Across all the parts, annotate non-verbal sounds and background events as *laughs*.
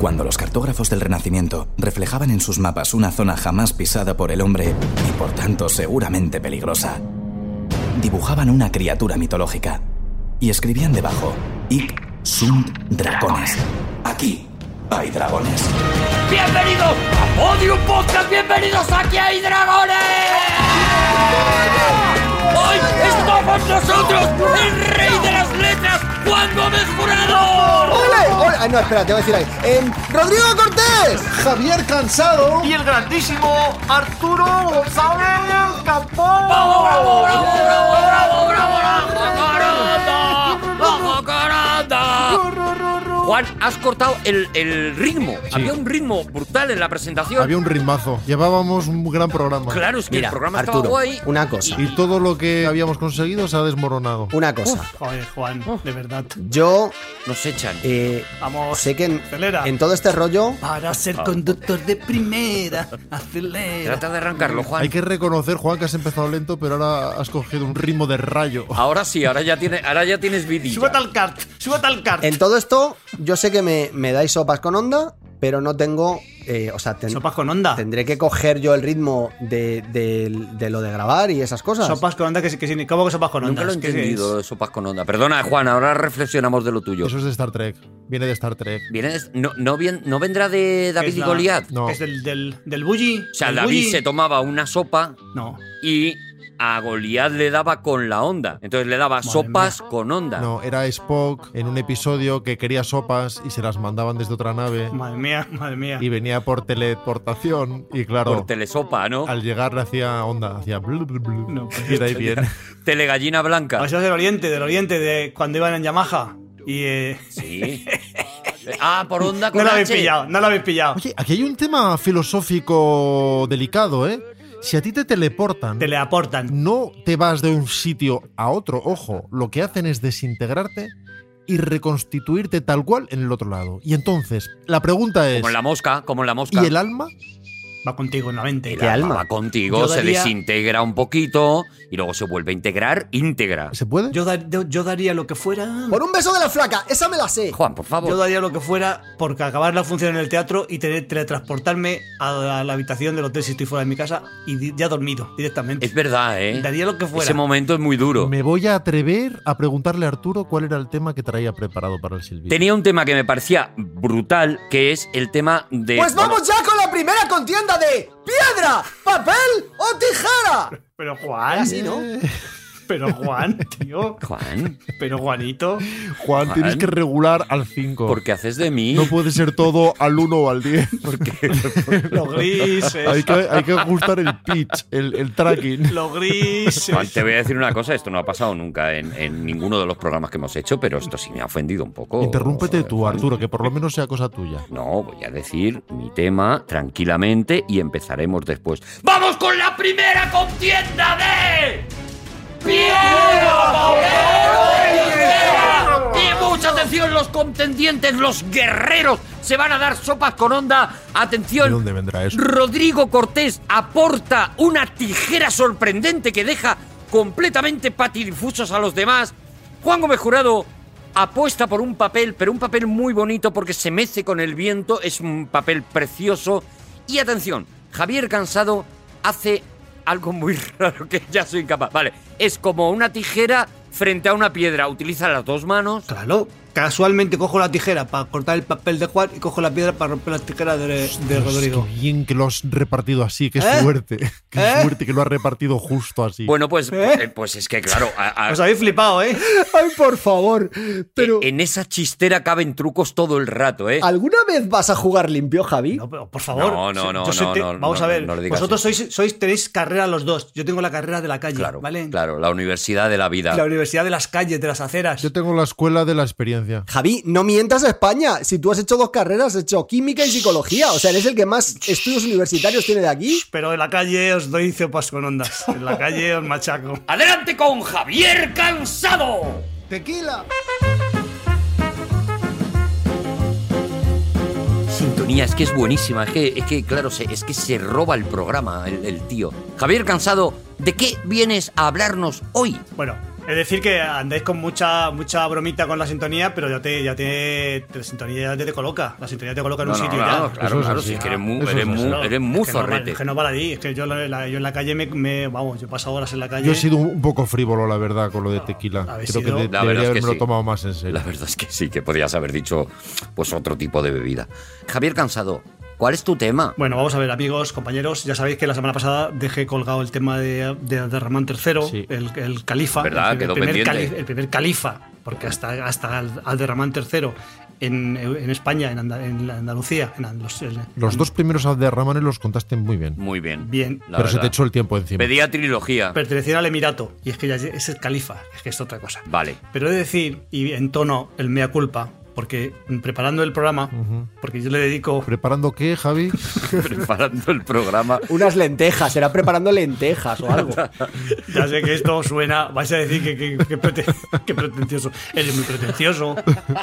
Cuando los cartógrafos del Renacimiento reflejaban en sus mapas una zona jamás pisada por el hombre y por tanto seguramente peligrosa, dibujaban una criatura mitológica y escribían debajo: Ic sunt dragones. Aquí hay dragones. ¡Bienvenido a Podium Podcast! ¡Bienvenidos aquí hay dragones! ¡Hoy está con nosotros el rey de las letras, Juan Gómez Jurado! ¡Ole! ¡Ole! Ah, Ay, no, espera, te voy a decir ahí. Em, ¡Rodrigo Cortés! Javier Cansado. Y el grandísimo Arturo González Campón. ¡Bravo, bravo, bravo, bravo, bravo, bravo! bravo ¡Bajo caranda! ¡Bajo caranda! Juan, has cortado el, el ritmo. Había un ritmo brutal en la presentación. Había un ritmazo. Llevábamos un gran programa. Claro, es que Mira, el programa estaba Arturo, guay. una cosa. Y todo lo que habíamos conseguido se ha desmoronado. Una cosa, Joder, Juan, Oh. de verdad. yo Nos echan. eh, Vamos. sé que en, acelera. en todo este rollo Para ser Ah. conductor de primera, acelera. Trata de arrancarlo, Juan. Hay que reconocer, Juan, que has empezado lento, pero ahora has cogido un ritmo de rayo. Ahora sí, ahora ya, tiene, ahora ya tienes vidilla. Súbete al kart, súbete al Eh, kart. En todo esto, yo sé que me, me dais sopas con onda, pero no tengo. eh, o sea, ten- Sopas con onda. tendré que coger yo el ritmo de, de- de lo de grabar y esas cosas. Sopas con onda, que, sí- que sí, ¿cómo que sopas con onda? Nunca lo he Es que sí, entendido, es- de sopas con onda. Perdona, Juan, ahora reflexionamos de lo tuyo. Eso es de Star Trek. Viene de Star Trek. Viene de- no, no, vien- ¿No vendrá de que David es y la- Goliat? No. que Es del, del, del bully. O sea, del David bully. se tomaba una sopa No, y a Goliat le daba con la onda. Entonces le daba sopas con onda. No, era Spock en un episodio que quería sopas y se las mandaban desde otra nave madre mía, madre mía. y venía por teleportación y Por claro, telesopa, ¿no? al llegar le hacía onda, hacía blu, blu, blu. No, pues y de ahí viene. Telegallina blanca. O sea, es del oriente, del oriente, de cuando iban en Yamaha. Y eh, *laughs* Sí. ah, por onda con no lo habéis H. pillado, no lo habéis pillado. Oye, aquí hay un tema filosófico delicado, ¿eh? Si a ti te teleportan, Te le aportan. no te vas de un sitio a otro, ojo, lo que hacen es desintegrarte y reconstituirte tal cual en el otro lado. Y entonces, la pregunta es, Como en la mosca, como en la mosca. ¿y el alma? Va contigo en la mente. El alma alma? va contigo, Yo se daría- desintegra un poquito y luego se vuelve a integrar íntegra. ¿Se puede? Yo, dar- yo- yo daría lo que fuera. Por un beso de la flaca, esa me la sé. Juan, por favor. Yo daría lo que fuera porque acabar la función en el teatro y tele- teletransportarme a la, la habitación del hotel si estoy fuera de mi casa y di- ya dormido directamente. Es verdad, ¿eh? Daría lo que fuera. Ese momento es muy duro. Me voy a atrever a preguntarle a Arturo cuál era el tema que traía preparado para el Silvio. Tenía un tema que me parecía brutal, que es el tema de... Pues vamos ya con la primera contienda de piedra, papel o tijera. Pero Juan, Así, ¿no? Eh, pero Juan, tío, Juan, pero *laughs* Juanito. Juan, Juan. tienes que regular al 5. ¿por qué haces de mí? Oh. No puede ser todo al 1 o *laughs* al 10. Los grises. hay, que, hay que ajustar el pitch, el, el tracking. Los grises. Juan, te voy a decir una cosa, esto no ha pasado nunca en, en ninguno de los programas que hemos hecho, pero esto sí me ha ofendido un poco. Interrúmpete tú, Juan. Arturo, que por lo menos sea cosa tuya. No, voy a decir mi tema tranquilamente y empezaremos después. ¡Vamos con la primera contienda de... ¡Piedra, papel o tijera! Y mucha atención, los contendientes, los guerreros, se van a dar sopas con onda. ¿De Atención, dónde vendrá eso? Rodrigo Cortés aporta una tijera sorprendente que deja completamente patidifusos a los demás. Juan Gómez Jurado apuesta por un papel, pero un papel muy bonito porque se mece con el viento, es un papel precioso. Y atención, Javier Cansado hace algo muy *laughs* raro que ya soy incapaz. Vale, es como una tijera frente a una piedra, utiliza las dos manos. Claro, casualmente cojo la tijera para cortar el papel de Juan y cojo la piedra para romper la tijera de, de Dios, Rodrigo. Qué bien que lo has repartido así, qué suerte. *laughs* Qué ¿Eh? suerte que lo has repartido justo así. Bueno, pues, eh, pues es que claro, a- *laughs* a- Os habéis flipado, ¿eh? Ay, por favor. Pero en esa chistera caben trucos todo el rato, ¿eh? ¿alguna vez vas a jugar limpio, Javi? No, pero por favor. No, no, no, Yo soy no, te- no, Vamos no, a ver. no lo digas vosotros sois, sois, tenéis carrera los dos. Yo tengo la carrera de la calle, Claro, ¿vale? claro, la universidad de la vida. La universidad de las calles, de las aceras. Yo tengo la escuela de la experiencia. Javi, no mientas a España. Si tú has hecho dos carreras, has hecho química y psicología. O sea, eres el que más estudios universitarios tiene de aquí. Pero en la calle os doy sopas con ondas. En la calle os machaco. Adelante con Javier Cansado. Tequila. Sintonía, es que es buenísima, es que, es que claro, se- es que se roba el programa el, el tío. Javier Cansado, ¿de qué vienes a hablarnos hoy? Bueno, Es decir, que andáis con mucha mucha bromita con la sintonía, pero ya te, ya te, te- la sintonía ya te coloca. La sintonía te coloca en No, un no, sitio no, y ya. claro, claro, Eso es así. si es que eres, mu, Eso es eres, así. mu- Claro, eres muy es que no vale- zorrete. es que no vale allí. Es que yo, la- la- yo en la calle me, me- Vamos, yo he pasado horas en la calle. ¿Eh? Yo he sido un poco frívolo, la verdad, con lo de tequila. habéis Creo que sido- de- Ah, La verdad debería es que haberme lo sí. tomado más en serio. La verdad es que sí, que podías haber dicho pues otro tipo de bebida. Javier Cansado, ¿cuál es tu tema? Bueno, vamos a ver, amigos, compañeros. Ya sabéis que la semana pasada dejé colgado el tema de, de, de Ramán III, Sí. el, el califa. ¿Verdad? El, primer- Quedó primer pendiente. cali- el primer califa, porque hasta, hasta al- Alderramán III en, en España, en, Anda- en la Andalucía. En Andalus- en- Los dos primeros Abderramanes los contaste muy bien, Muy bien. Bien. la pero se verdad. te echó el tiempo encima. Pedía trilogía. Pertenecían al Emirato, y es que ya es el califa, es que es otra cosa. Vale. *laughs* Pero he de decir, y en tono el mea culpa, porque preparando el programa, porque yo le dedico ¿Preparando *laughs* qué, Javi? Preparando el programa. Unas lentejas, será preparando lentejas o algo. Ya sé que esto suena, vais a decir que, que- que prete- que pretencioso. Eres muy pretencioso,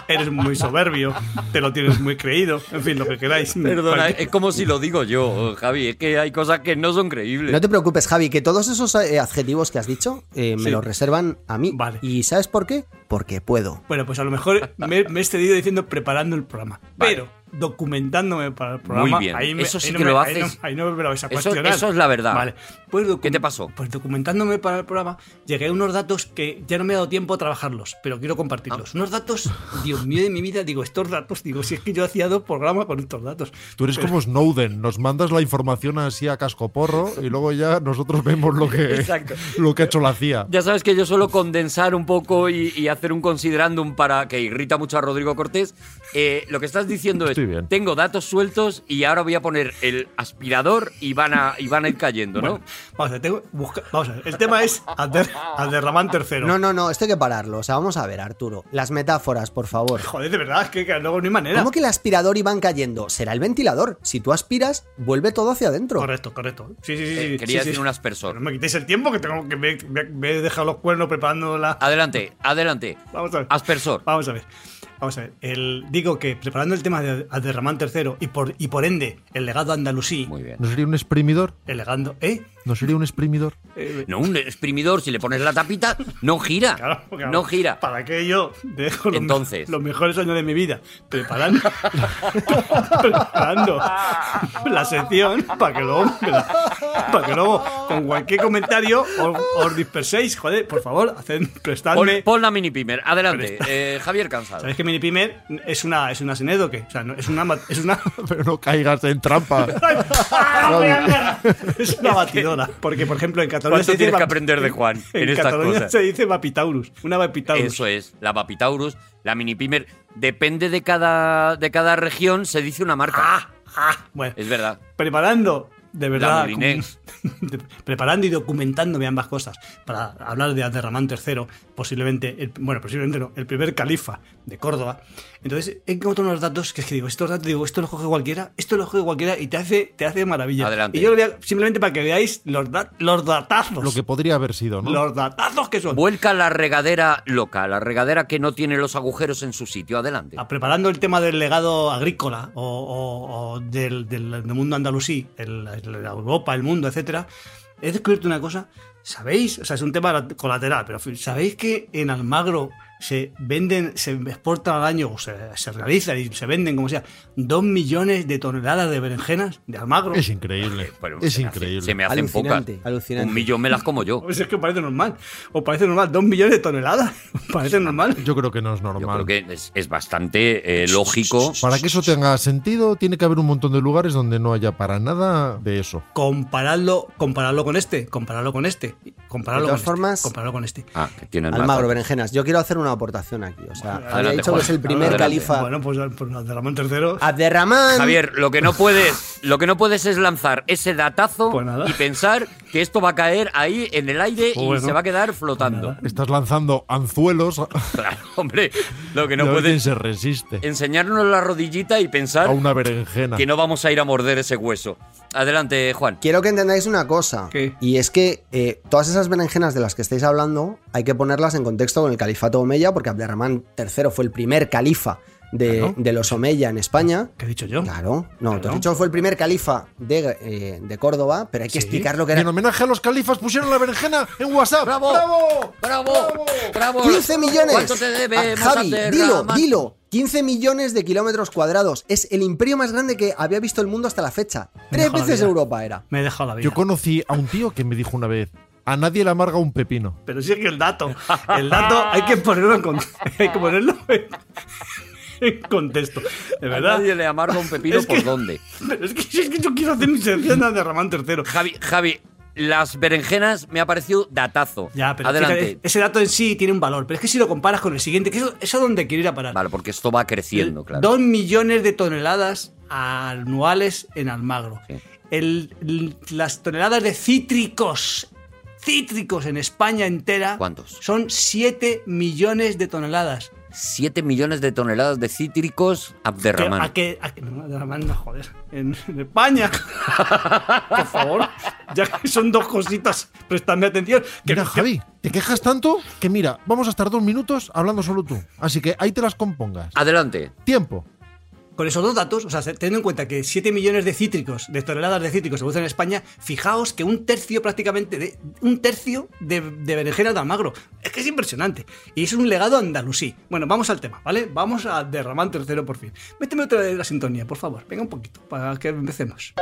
eres muy soberbio, te lo tienes muy creído, en fin, lo que queráis. Perdona, eh. Cualquier- es como si lo digo yo, Javi. Es que hay cosas que no son creíbles. No te preocupes, Javi, que todos esos eh, adjetivos que has dicho eh, me Sí. los reservan a mí. Vale. ¿Y sabes por qué? Porque puedo. Bueno, pues a lo mejor me, me he excedido diciendo preparando el programa, Vale. pero documentándome para el Muy programa. bien, ahí me- eso sí ahí no que me- lo ahí haces. no- Ahí no, me lo vais a Eso- cuestionar. eso es la verdad. Vale. Pues docu- ¿Qué te pasó? Pues documentándome para el programa, llegué a unos datos que ya no me ha dado tiempo a trabajarlos, pero quiero compartirlos. Unos datos, Dios mío, de mi vida, digo, estos datos, digo, si es que yo hacía dos programas con estos datos. Tú eres como Snowden, nos mandas la información así a cascoporro y luego ya nosotros vemos lo que, Exacto. *laughs* lo que ha hecho la CIA. Ya sabes que yo suelo condensar un poco y, y hacer un considerándum para que irrita mucho a Rodrigo Cortés. Eh, lo que estás diciendo es, Estoy bien. tengo datos sueltos y ahora voy a poner el aspirador y van a, y van a ir cayendo, ¿no? Bueno, vamos, a ver, tengo- busca- vamos a ver, el tema es Alder- Alderramán III. No, no, no, esto hay que pararlo. O sea, vamos a ver, Arturo. Las metáforas, por favor. Joder, de verdad, es que, que luego no hay manera. ¿Cómo que el aspirador iban cayendo? Será el ventilador. Si tú aspiras, vuelve todo hacia adentro. Correcto, correcto. Sí, sí, Eh, sí. sí, quería sí, decir sí. un aspersor. No me quitéis el tiempo que tengo que me, me- me he dejado los cuernos preparando la. Ah. Adelante, adelante. Vamos a ver. Aspersor. Vamos a ver. Vamos a ver. El, digo que preparando el tema de Alderramán III y por, y por ende el legado andalusí, Muy bien. ¿No sería un exprimidor? el legado. ¿Eh? ¿No sería un exprimidor? *laughs* Eh, No, un exprimidor, si le pones la tapita, no gira. claro, claro. No gira. ¿Para qué yo dejo los, Entonces. los mejores años de mi vida preparando, *laughs* preparando la sección para que luego, me la- para que luego con cualquier comentario os, os disperséis? Joder, por favor, haced, Pon, prestadme. pon la mini pimer. Adelante, eh, Javier *laughs* Cansado. ¿Sabéis que Minipimer es una, es una senédoque? O sea, no- es una. ma- Es una Pero no caigas en trampa. *laughs* es una batidora. Porque, por ejemplo, en Cataluña ¿Cuánto se dice. tienes que va- aprender de Juan en estas Cataluña cosas? se dice Vapitaurus. Una Vapitaurus. Eso es, la Papitaurus, la Mini Pimer. Depende de cada, de cada región, se dice una marca. Ah. Ah, Bueno, Es verdad. preparando, de verdad, Moulinex. como- *laughs* de- preparando y documentándome ambas cosas para hablar de Abderramán III, posiblemente, el, bueno, posiblemente no, el primer califa de Córdoba. Entonces, he encontrado unos datos que es que digo, estos datos, digo, esto lo coge cualquiera, esto lo coge cualquiera y te hace, te hace maravilla. Adelante. Y yo lo voy a- simplemente para que veáis los, da- los datazos. Lo que podría haber sido, ¿no? los datazos que son. Vuelca la regadera loca, la regadera que no tiene los agujeros en su sitio. Adelante. Ah, preparando el tema del legado agrícola o, o- o del, del- del mundo andalusí, el- el- la Europa, el mundo, etcétera, he descubierto una cosa. ¿Sabéis? O sea, es un tema lat- colateral, pero fi- ¿sabéis que en Almagro se venden, se exportan al año, o se, se realizan y se venden, como sea, dos millones de toneladas de berenjenas de Almagro? Es increíble. *laughs* Bueno, Pues, es se me hace- increíble. se me hacen Alucinante, pocas. alucinante. Un millón me las como yo. Pues *laughs* es que parece normal. ¿Os parece normal? ¿Dos millones de toneladas? *laughs* ¿Os parece normal? Yo creo que no es Yo normal. creo que es, es bastante eh, lógico. Para que eso tenga sentido, tiene que haber un montón de lugares donde no haya para nada de eso. Compararlo, compararlo con este, compararlo con este, compararlo De todas con formas- este, compararlo con este. Ah, que tienen más Almagro, datos. berenjenas. Yo quiero hacer una aportación aquí. O sea, Adelante, había dicho Juan. que es el primer Adelante. califa. Ah. Bueno, pues, pues Abderramán III. Abderramán. Javier, lo que no puedes, lo que no puedes es lanzar ese datazo Pues nada. y pensar que esto va a caer ahí en el aire Pues y bueno. se va a quedar flotando. Estás lanzando *laughs* anzuelos Claro, hombre, lo que y a no ver quién puedes se resiste enseñarnos la rodillita y pensar a una berenjena. que no vamos a ir a morder ese hueso. Adelante, Juan. Quiero que entendáis una cosa. ¿Qué? Y es que eh, todas esas berenjenas de las que estáis hablando hay que ponerlas en contexto con el califato Omeya, porque Abderramán III fue el primer califa de, Claro. de los Omeya en España. ¿Qué he dicho yo? Claro, no, Claro. te he dicho que fue el primer califa de, eh, de Córdoba, pero hay que Sí. explicar lo Y que en era. homenaje a los califas pusieron la berenjena en WhatsApp. ¡Bravo! ¡Bravo! ¡Bravo! ¡Bravo! 15 millones. ¿Cuánto te debe Ah, Javi, Mozart de dilo, Ramat? dilo. 15 millones de kilómetros cuadrados. Es el imperio más grande que había visto el mundo hasta la fecha. Tres dejado la veces vida. Europa era. Me he dejado la vida. Yo conocí a un tío que me dijo una vez, a nadie le amarga un pepino. Pero sí es que el dato, el dato hay que ponerlo en, con- hay que ponerlo en, en contexto. De A verdad. nadie le amarga un pepino Es por que- dónde. Pero es que, es que yo quiero hacer mi sección de Ramán III. Javi, Javi, las berenjenas me ha parecido datazo. Ya, pero Adelante. fíjate, ese dato en sí tiene un valor. Pero es que si lo comparas con el siguiente, que eso, eso es donde quiero ir a parar. Vale, porque esto va creciendo, claro. Dos millones de toneladas anuales en Almagro. Sí. El- l- las toneladas de cítricos, cítricos en España entera, ¿Cuántos? son 7 millones de toneladas. 7 millones de toneladas de cítricos Que- Abderramán. a que, a que- no, Abderramán no, joder. En, *laughs* en España. Por favor. Ya que son dos cositas, prestadme atención. Que, Mira, que- Javi, te quejas tanto que mira, vamos a estar dos minutos hablando solo tú. Así que ahí te las compongas. Adelante. Tiempo. Con esos dos datos, o sea, teniendo en cuenta que 7 millones de cítricos, de toneladas de cítricos se producen en España, fijaos que un tercio prácticamente, de, un tercio de, de berenjenas de Almagro. Es que es impresionante. Y es un legado andalusí. Bueno, vamos al tema, ¿vale? Vamos a derramar tercero por fin. Méteme otra de la sintonía, por favor. Venga un poquito, para que empecemos.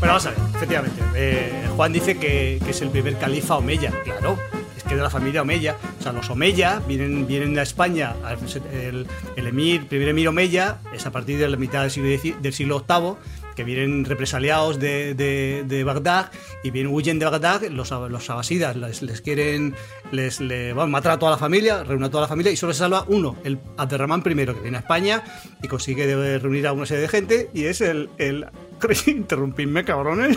Bueno, vamos a ver, efectivamente. eh, Juan dice que, que es el primer califa Omeya. Claro, es que de la familia Omeya. O sea, los Omeya vienen, vienen de España. al- El, el emir, primer emir Omeya es a partir de la mitad del siglo, dieci- del siglo VIII que vienen represaliados de, de- de Bagdad y vienen, huyen de Bagdad los, ab- los abasidas, les, les quieren, les, le- vamos, matar a toda la familia, reúne a toda la familia y solo se salva uno, el Abderramán I, que viene a España y consigue de- reunir a una serie de gente y es el... el *laughs* Interrumpidme, cabrones.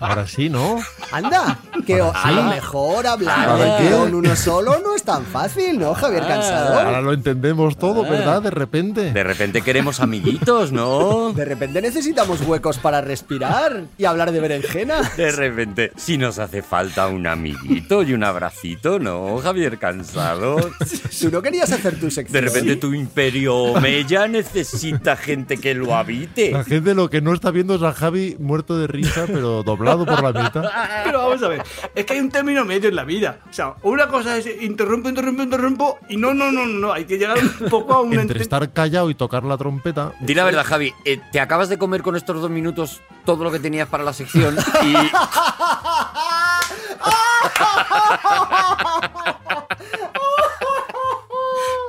Ahora sí, ¿no? Anda, que o- a lo mejor A hablar ver, ¿qué? de con uno solo no es tan fácil, ¿no, Ah. Javier Cansado? Ahora lo entendemos todo, ¿verdad? De De repente. repente queremos amiguitos, *laughs* ¿no? De repente necesitamos huecos para respirar y hablar de berenjena. De repente, si nos hace falta un amiguito y un abracito, ¿no, Javier Cansado? Tú no querías hacer tu sección. De repente tu imperio Omeya necesita gente que lo habite. La gente lo que no está viendo es a Javi muerto de risa, pero doblado por la mitad. Pero vamos a ver, es que hay un término medio en la vida. O sea, una cosa es interrumpo, interrumpo, interrumpo y no, no, no, no, hay que llegar un poco a un Entre ente- estar callado y tocar la trompeta. Di la verdad, Javi, eh, te acabas de comer con estos dos minutos todo lo que tenías para la sección y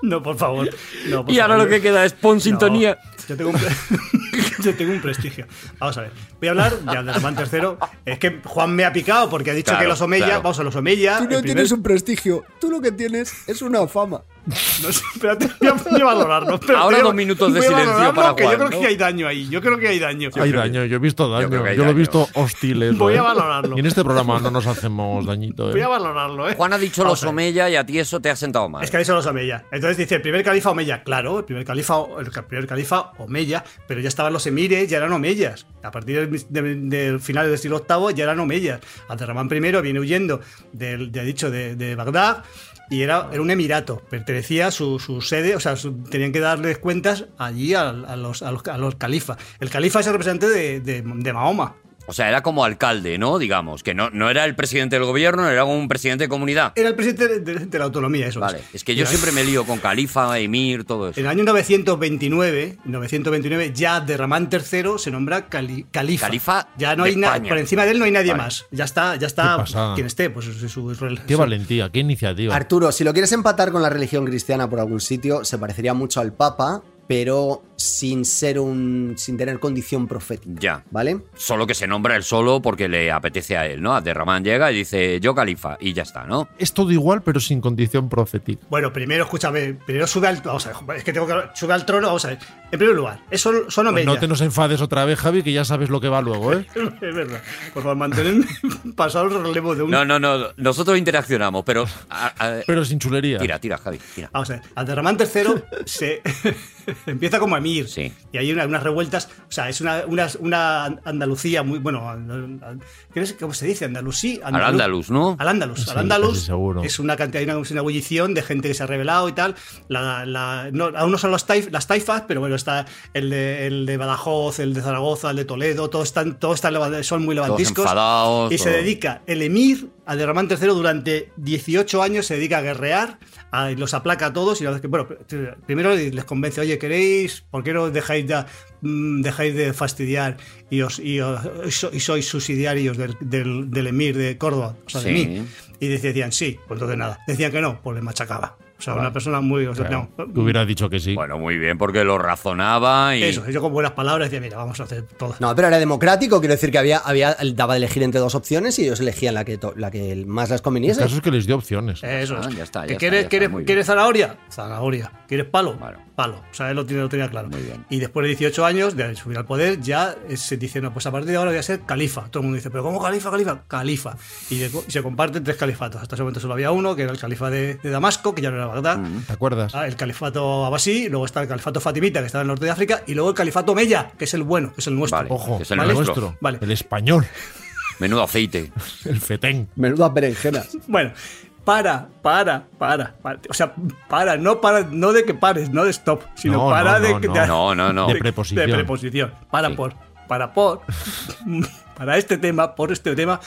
No, por favor. No, *laughs* por Y ahora favor. lo que queda es pon sintonía. No, yo, tengo un pre- *laughs* yo tengo un prestigio. Vamos a ver. Voy a hablar ya del Román tercero. Es que Juan me ha picado porque ha dicho Claro, que los Omeya. claro. Vamos a los Omeya. Tú el no primer- tienes un prestigio, tú lo que tienes es una fama. No sé, espérate, voy a, voy a valorarlo. espérate, Ahora voy a- dos minutos de voy a silencio valorarlo, para que Juan, Yo creo ¿no? que hay daño ahí. Yo creo que hay daño. Hay daño, yo he visto daño. creo Yo, que hay lo he daño. visto hostiles. Voy a ¿eh? valorarlo. Y en este programa no nos hacemos dañito. ¿eh? Voy a valorarlo, eh. Juan ha dicho Vamos los a ver. Omeya y a ti eso te ha sentado mal. Es que ha dicho los Omeya. Entonces dice, el primer califa Omeya. Claro, el primer califa, el ca- primer califa Omeya, pero ya estaban los emires, ya eran Omeyas. A partir del, del- del final del siglo VIII ya eran Omeyas. Abderramán I viene huyendo, del, de, ha dicho, de, de Bagdad y era, era un emirato. Pertenecía a su, su sede, o sea, su- tenían que darles cuentas allí a, a los, a, los, a los califas. El califa es el representante de, de- de Mahoma. O sea, era como alcalde, ¿no? Digamos, que no, no era el presidente del gobierno, era un presidente de comunidad. Era el presidente de, de la autonomía, eso Vale, es que yo Era- siempre me lío con califa, emir, todo eso. En el año 929, 929 ya Abderramán III se nombra cali- califa. Califa Ya no de hay nadie. España. Por encima de él no hay nadie Vale. más. Ya está, ya está Qué pasada. quien esté. Pues su- su- su- Qué su- valentía, qué iniciativa. Arturo, si lo quieres empatar con la religión cristiana por algún sitio, se parecería mucho al Papa, pero sin ser un. sin tener condición profética. Ya. ¿Vale? Solo que se nombra él solo porque le apetece a él, ¿no? Abderramán llega y dice yo califa y ya está, ¿no? Es todo igual, pero sin condición profética. Bueno, primero, escúchame, primero sube al Vamos a ver, es que tengo que sube al trono, vamos a ver. En primer lugar, eso son Pues omeyas. no te nos enfades otra vez, Javi, que ya sabes lo que va luego, ¿eh? *laughs* Es verdad. Por favor, *laughs* mantenedme pasado el relevo de un. No, no, no, nosotros interaccionamos, pero... a- a- Pero sin chulería. tira, tira, Javi, tira. Vamos a ver, Abderramán III se *laughs* empieza como emir, Pamir. Sí. Y hay una- unas revueltas. O sea, es una, una, una Andalucía muy. Bueno, an- an- ¿qué es- ¿cómo se dice? Andalusí. Al andaluz, ¿no? Al Andalus. Sí, al Andalus casi seguro. es una cantidad, una, una ebullición de gente que se ha rebelado y tal. La- la- no, aún no son los taif- las taifas, pero bueno, está el de, el de Badajoz, el de Zaragoza, el de Toledo, todos están, todos están leva- son muy levantiscos. enfadados, y se todos. dedica el emir a Derramán III durante 18 años, se dedica a guerrear, a- y los aplaca a todos. Y la verdad es que, bueno, pr- primero les convence, oye, ¿queréis? ¿Por qué no dejáis de, mm, dejáis de fastidiar y, os, y, os- y so- y sois subsidiarios del, del- del emir de Córdoba? O sea, de Sí. mí. Y decían sí, pues entonces nada. Decían que no, pues le machacaba. O sea, una persona muy. o sea, Claro. no. Que hubiera dicho que sí. Bueno, muy bien, porque lo razonaba y. Eso, yo con buenas palabras decía, mira, vamos a hacer todo. No, pero era democrático, quiero decir que había, había daba de elegir entre dos opciones y ellos elegían la que, to- la que más las el conveniese. caso es que les dio opciones. Eh. Eso Ah, es. ya está, ya ¿Que está, ¿Quieres, ya está, quieres, muy bien. quieres zanahoria? Zanahoria. ¿Quieres palo? Claro. Palo. O sea, él lo, tiene- lo tenía claro. Muy bien. Y después de 18 años de subir al poder, ya eh, se dice, no, pues a partir de ahora voy a ser califa. Todo el mundo dice, ¿pero cómo califa, califa? Califa. Y, de- y se comparten tres califatos. Hasta ese momento solo había uno, que era el califa de, de Damasco, que ya no era Bagdad. Mm. ¿Te acuerdas? Ah, el califato abasí, luego está el califato fatimita, que está en el norte de África, y luego el califato meya, que es el bueno, que es el nuestro. Vale. Ojo, es el ¿vale? nuestro. nuestro. Vale. El español, Menudo *laughs* aceite. el fetén. Menudas berenjenas. Bueno, para, para, para, para. O sea, para, no para, no de que pares, no de stop, sino No, para no, de no, que no. te- No, no, no. De preposición. de preposición. Para Sí. por, para por, *laughs* para este tema, por este tema,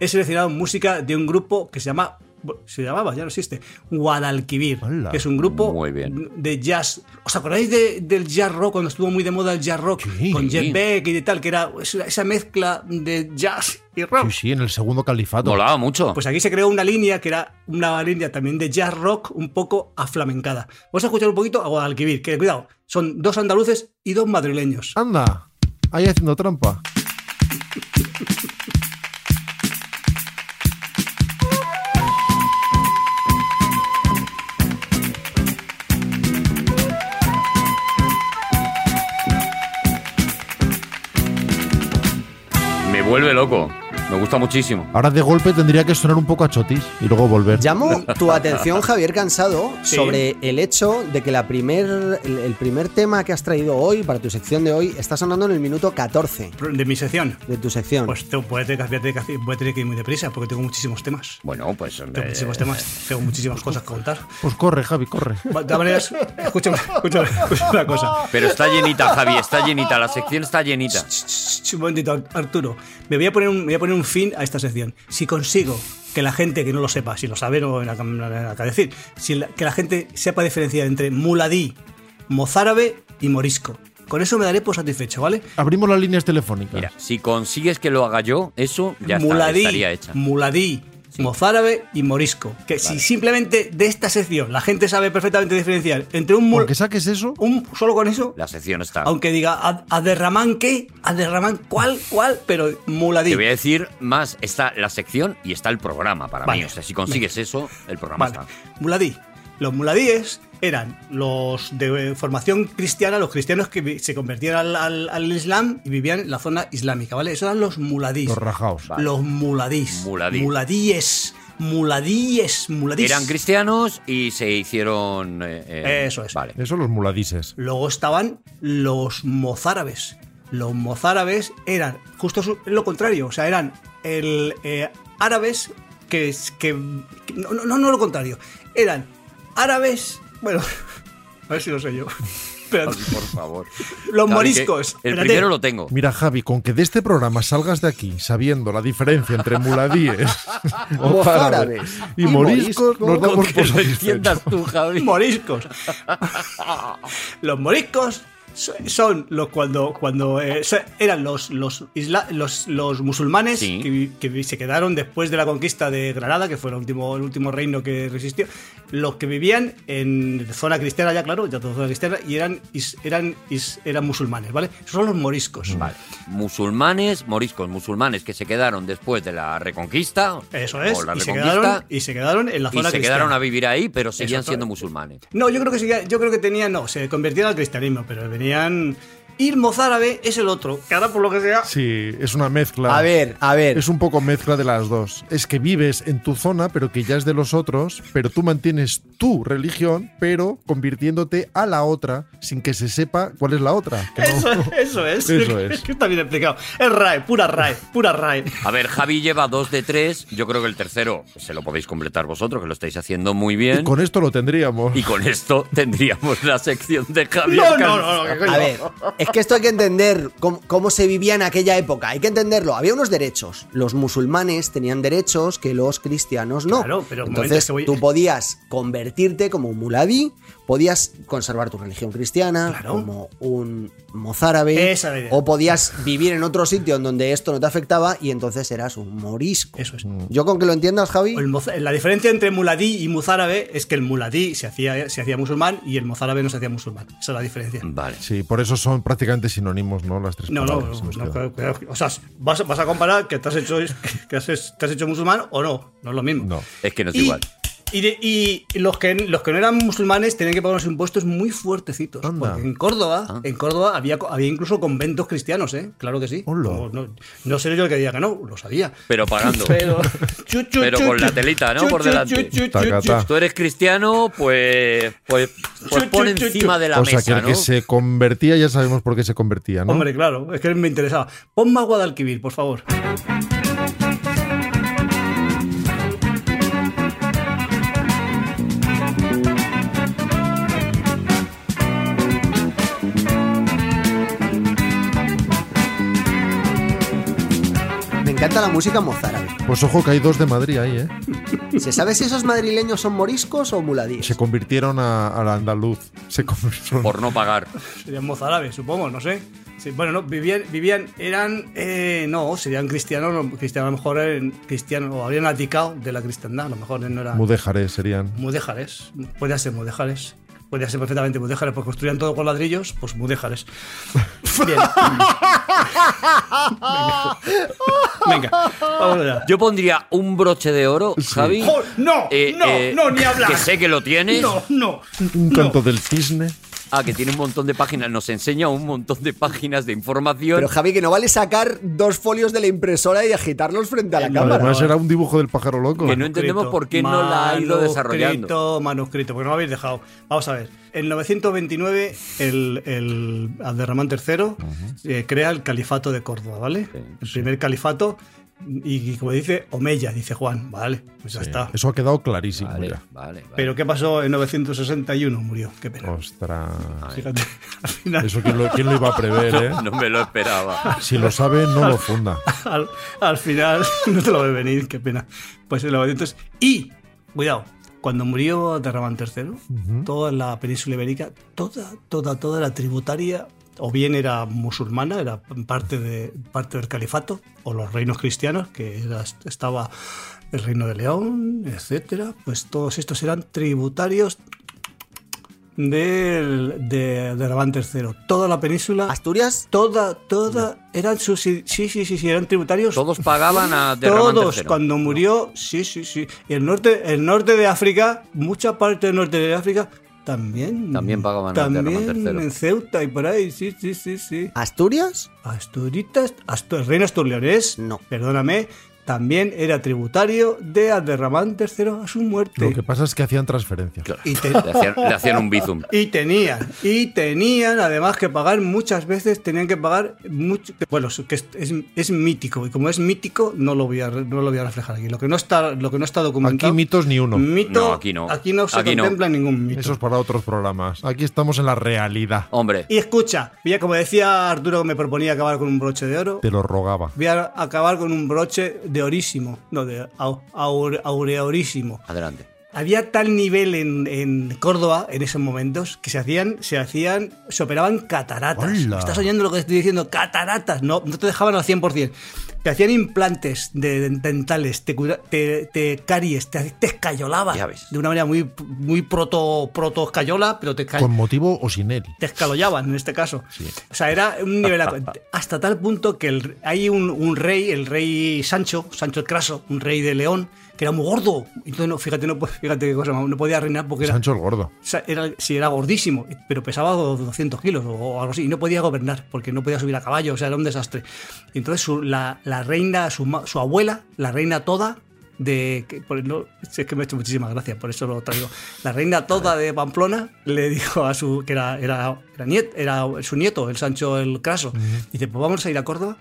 he seleccionado música de un grupo que se llama, bueno, se llamaba, ya no existe, Guadalquivir, Hola. que es un grupo Muy bien. de jazz. ¿Os acordáis de- del jazz rock cuando estuvo muy de moda el jazz rock Sí. con Sí. Jeff Beck y de tal, que era esa esa mezcla de jazz y rock? Sí, sí, en el segundo califato. Molaba mucho. Pues aquí se creó una línea que era una línea también de jazz rock un poco aflamencada. Vamos a escuchar un poquito a Guadalquivir, que cuidado, son dos andaluces y dos madrileños. Anda, ahí haciendo trampa. Me vuelve loco. Me gusta muchísimo. Ahora de golpe tendría que sonar un poco a chotis y luego volver. Llamo tu atención, Javier Cansado, Sí. sobre el hecho de que la primer, el, el primer tema que has traído hoy, para tu sección de hoy, está sonando en el minuto 14 De mi sección. de tu sección. Pues te- voy a tener que, voy a tener que hacer- voy a tener que ir muy deprisa porque tengo muchísimos temas. Bueno, pues. Tengo eh, muchísimos temas, tengo muchísimas cosas que contar. Pues corre, Javi, corre. De todas maneras, escúchame, escúchame, escúchame una cosa. Pero está llenita, Javi, está llenita. La sección está llenita. Ch, Un momentito, Ar- Arturo. Me voy, a poner un, me voy a poner un fin a esta sección. Si consigo que la gente que no lo sepa, si lo sabe, no hay nada que- nada que decir, si la- que la gente sepa diferenciar entre muladí, mozárabe y morisco. Con eso me daré por satisfecho, ¿vale? Abrimos las líneas telefónicas. Mira, si consigues que lo haga yo, eso ya está, muladí, estaría hecha. muladí, mozárabe y morisco. Que si simplemente de esta sección la gente sabe perfectamente diferenciar entre un mul Porque saques eso, un solo con eso, La sección está. aunque diga a, a derramán qué, a derramán cuál, cuál, pero muladí. Te voy a decir más, está la sección y está el programa para Vale. mí. O sea, si consigues eso, el programa Vale. está. Muladí. Los muladíes eran los de eh, formación cristiana, los cristianos que vi- se convertían al, al- al Islam y vivían en la zona islámica, ¿vale? Eso eran los muladís. los rajaos. Vale. Los muladís. Muladí. Muladíes. Muladíes. Muladís. Eran cristianos y se hicieron... eh, eh, Eso es. *laughs* Vale. Eso los muladises. Luego estaban los mozárabes. Los mozárabes eran justo su- lo contrario, o sea, eran el, eh, árabes que, es- que, que- no, no, no, no lo contrario, eran árabes, bueno, *laughs* a ver si lo sé yo. *laughs* Espérate. Javi, por favor. Los Javi, moriscos. que El Espérate. primero lo tengo. Mira, Javi, con que de este programa salgas de aquí sabiendo la diferencia entre muladíes, mozárabes y, y moriscos, moriscos, nos damos Que por lo satisfechos. entiendas tú, Javi. *laughs* moriscos. los moriscos so- son los cuando cuando eh, so- eran los los, isla- los los musulmanes Sí. que, vi- que vi- se quedaron después de la conquista de Granada que fue el último el último reino que resistió los que vivían en zona cristiana ya claro ya toda zona cristiana y eran is- eran is- eran musulmanes vale Esos son los moriscos Vale. Musulmanes, moriscos, musulmanes que se quedaron después de la reconquista. eso o es la y reconquista, se quedaron y se quedaron en la y zona se cristiana quedaron a vivir ahí, pero seguían Exacto. siendo musulmanes. No, yo creo que sí, yo creo que tenía, no, se convertían al cristianismo, pero venían Y el mozárabe es el otro, que ahora por lo que sea. Sí, es una mezcla. A ver, a ver. Es un poco mezcla de las dos. Es que vives en tu zona, pero que ya es de los otros, pero tú mantienes tu religión, pero convirtiéndote a la otra sin que se sepa cuál es la otra. Que *laughs* Eso, no- eso *laughs* es. Eso es. que está bien explicado. Es RAE, pura RAE, pura *laughs* RAE. *laughs* A ver, Javi lleva dos de tres. Yo creo que el tercero se lo podéis completar vosotros, que lo estáis haciendo muy Y bien. con esto lo tendríamos. Y con esto tendríamos la sección de Javier No, no, Cansado. no, no, qué coño. A ver, es que esto hay que entender cómo, cómo se vivía en aquella época. Hay que entenderlo. Había unos derechos. Los musulmanes tenían derechos que los cristianos no. Claro, pero un momento, es Entonces que voy- tú podías convertirte como un muladí, podías conservar tu religión cristiana, Claro. como un mozárabe, Esa es la idea. o podías vivir en otro sitio en donde esto no te afectaba y entonces eras un morisco. Eso es. Yo con que lo entiendas, Javi. O el moza- la diferencia entre muladí y mozárabe es que el muladí se hacía, se hacía musulmán y el mozárabe no se hacía musulmán. Esa es la diferencia. Vale. Sí, por eso son prácticamente sinónimos, ¿no? Las tres No, no, palabras, este no, hemos quedado. cuidado, cuidado. O sea, vas, vas a comparar que te has hecho, que has, te has hecho musulmán o no. No es lo mismo. No. Es que no es Y- igual. Y, de- y los, que, los que no eran musulmanes tenían que pagar unos impuestos muy fuertecitos. Anda. Porque en Córdoba, Ah. en Córdoba había, co- había incluso conventos cristianos, ¿eh? Claro que sí. Hola. No, no, no seré yo el que diga que no, lo sabía. Pero pagando. Pero, chu, chu, Pero chu, con la chu, telita, ¿no? chu, Por chu, delante. chu, chu, Taca, chu, chu. taca. Tú eres cristiano, pues, pues, pues Chu, pon chu, chu, chu. encima de la o sea, que mesa, el que ¿no? se convertía ya sabemos por qué se convertía, ¿no? Hombre, claro, es que me interesaba. Pon más Guadalquivir, por favor. Me encanta la música mozárabe. Pues ojo que hay dos de Madrid ahí, ¿eh? ¿Se sabe si esos madrileños son moriscos o muladíes? Se convirtieron a- al andaluz. Se convirtieron. Por no pagar. Serían mozárabes, supongo, no sé. Sí, bueno, no, vivían, vivían eran, eh, no, serían cristianos, no, cristianos a lo mejor eran cristianos, o habrían aticado de la cristiandad, a lo mejor eh, no eran Mudéjares serían. mudéjares, podía ser mudéjares, podía ser perfectamente mudéjares, porque construían todo con ladrillos, pues mudéjares. Bien. Venga, vamos allá. Yo pondría un broche de oro, Javi. Jo, no, no, no, ni hablar. Eh, Que sé que lo tienes. No, no, Un no. canto del cisne. Ah, que tiene un montón de páginas. Nos enseña un montón de páginas de información. Pero Javi, que no vale sacar dos folios de la impresora y agitarlos frente a la Eh, cámara. Además era un dibujo del pájaro loco. Que no entendemos por qué no la ha ido desarrollando. Manuscrito, manuscrito, porque no lo habéis dejado. Vamos a ver. En 929, el, el Abderramán III eh, crea el califato de Córdoba, ¿vale? el primer califato. Y, y como dice, Omeya, dice Juan, ¿vale? Pues ya está. Eso ha quedado clarísimo Vale, ya. vale, vale. Pero ¿qué pasó en 961? Murió, qué pena. Ostras. Fíjate, *laughs* al final, Eso quién lo, quién lo iba a *laughs* prever, ¿eh? *laughs* No me lo esperaba. Si lo sabe, no lo funda. *laughs* al, al final *laughs* no te lo ve venir, qué pena. Pues en 900. Y, cuidado, cuando murió Abderramán III, toda la península ibérica, toda, toda, toda la tributaria, o bien era musulmana, era parte, de, parte del califato, o los reinos cristianos, que era- estaba el reino de León, etcétera, pues todos estos eran tributarios del, de Abderramán III. Toda la península. ¿Asturias? Toda, toda, eran sus, sí, sí, sí, sí, eran tributarios. Todos pagaban a Derramán Todos, III. cuando murió, sí, sí, sí. Y el norte, el norte de África, mucha parte del norte de África, también. También pagaban a También Derramán III. en Ceuta y por ahí, sí, sí, sí, sí. ¿Asturias? Asturitas, Astu- el reino asturleonés, No. perdóname, también era tributario de Abderramán III a su Lo muerte. que pasa es que hacían transferencias. Claro. Y te- Le hacían, le hacían un bizum. Y tenían, y tenían además que pagar muchas veces, tenían que pagar mucho. Bueno, es- que es, es, es mítico, y como es mítico, no lo voy a, re- no lo voy a reflejar aquí. Lo que no está, lo que no está documentado. Aquí mitos ni uno. Mito, No, aquí no. se Aquí no. contempla ningún mito. Eso es para otros programas. Aquí estamos en la realidad. Hombre, Y escucha, mira, como decía Arturo que me proponía acabar con un broche de oro, Te lo rogaba. voy a acabar con un broche de orísimo. No, de au- aur- aureorísimo. adelante. Había tal nivel en, en Córdoba en esos momentos que se hacían, se hacían, se operaban cataratas. ¡Hala! ¿Estás oyendo lo que estoy diciendo? Cataratas, no, no te dejaban al 100%. Te hacían implantes de dentales, te, cura- te, te caries, te, te escayolabas. Ya ves. De una manera muy, muy proto, proto escayola, pero te esca- Con motivo o sin él. te escalollaban en este caso. O sea, era un nivel hasta tal punto que el- hay un, un rey, el rey Sancho, Sancho el Craso, un rey de León, que era muy gordo. Entonces, no, fíjate, no, po- fíjate qué cosa, no podía reinar porque era, Sancho el Gordo. o sea, era, sí, era gordísimo, pero pesaba 200 kilos o, o algo así, y no podía gobernar porque no podía subir a caballo, o sea, era un desastre. Y entonces su- la, la reina, su, ma- su abuela, la reina toda de. Que, por- no, si es que me ha hecho muchísimas gracias, por eso lo traigo. La reina toda de Pamplona le dijo a su. que era, era, era, niet- era su nieto, el Sancho el Craso. Dice: Pues vamos a ir a Córdoba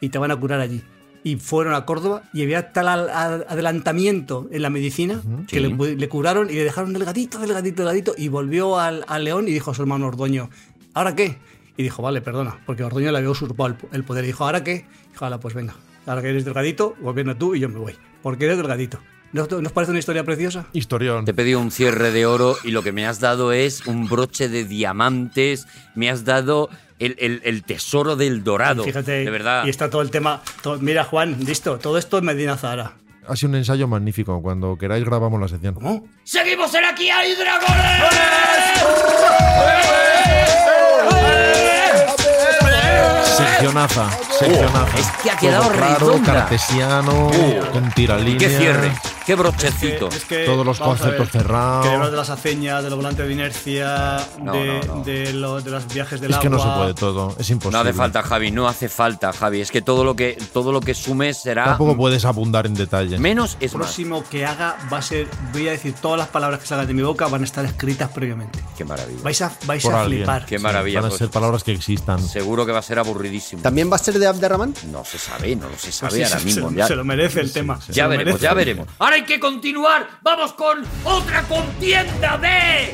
y te van a curar allí. Y fueron a Córdoba y había tal al- al- adelantamiento en la medicina que le, pu- le curaron y le dejaron delgadito, delgadito, delgadito. Y volvió al, a León y dijo a su hermano Ordoño: ¿Ahora qué? Y dijo: Vale, perdona, porque Ordoño le había usurpado el, po- el poder. Y dijo: ¿Ahora qué? Dijo: Ahora, pues venga, ahora que eres delgadito, gobierna tú y yo me voy. Porque eres delgadito. ¿No, os- no os parece una historia preciosa? Historión. Te he pedido un cierre de oro y lo que me has dado es un broche de diamantes, me has dado el, el- el tesoro del dorado. Fíjate, de verdad. y está todo el tema. todo- mira, Juan, listo, todo esto es Medina Zahara. Ha sido un ensayo magnífico. Cuando queráis grabamos la sección. ¿Cómo? ¡Seguimos en Aquí hay dragones! Seccionaza. Seccionaza. Oh, es que ha quedado Todo claro, redonda. Oh. cartesiano, con tiralíneas. ¡Qué cierre! ¡Qué brochecito! Todos los vamos a ver, conceptos cerrados. Que hablar de las aceñas, de los volantes de inercia, No, de, no, no. de lo- de los viajes del Es que agua. no se puede todo. Es imposible. No hace falta, Javi, no hace falta, Javi. Es que todo lo que, todo lo que sumes Ah. será Tampoco puedes abundar en detalle. menos es El más. próximo que haga va a ser, voy a decir todas las palabras que salgan de mi boca van a estar escritas previamente. ¡Qué maravilla! Vais a, vais Por a alguien. flipar. Qué maravilla, Van a pues. ser palabras que existan. Seguro que va a ser aburridísimo. ¿También va a ser de Abderramán? No se sabe, no lo se sabe Pues sí, ahora se- mismo. se, ya se lo merece el tema. se ya lo veremos, merece. ya veremos. Ahora hay que continuar. Vamos con otra contienda de...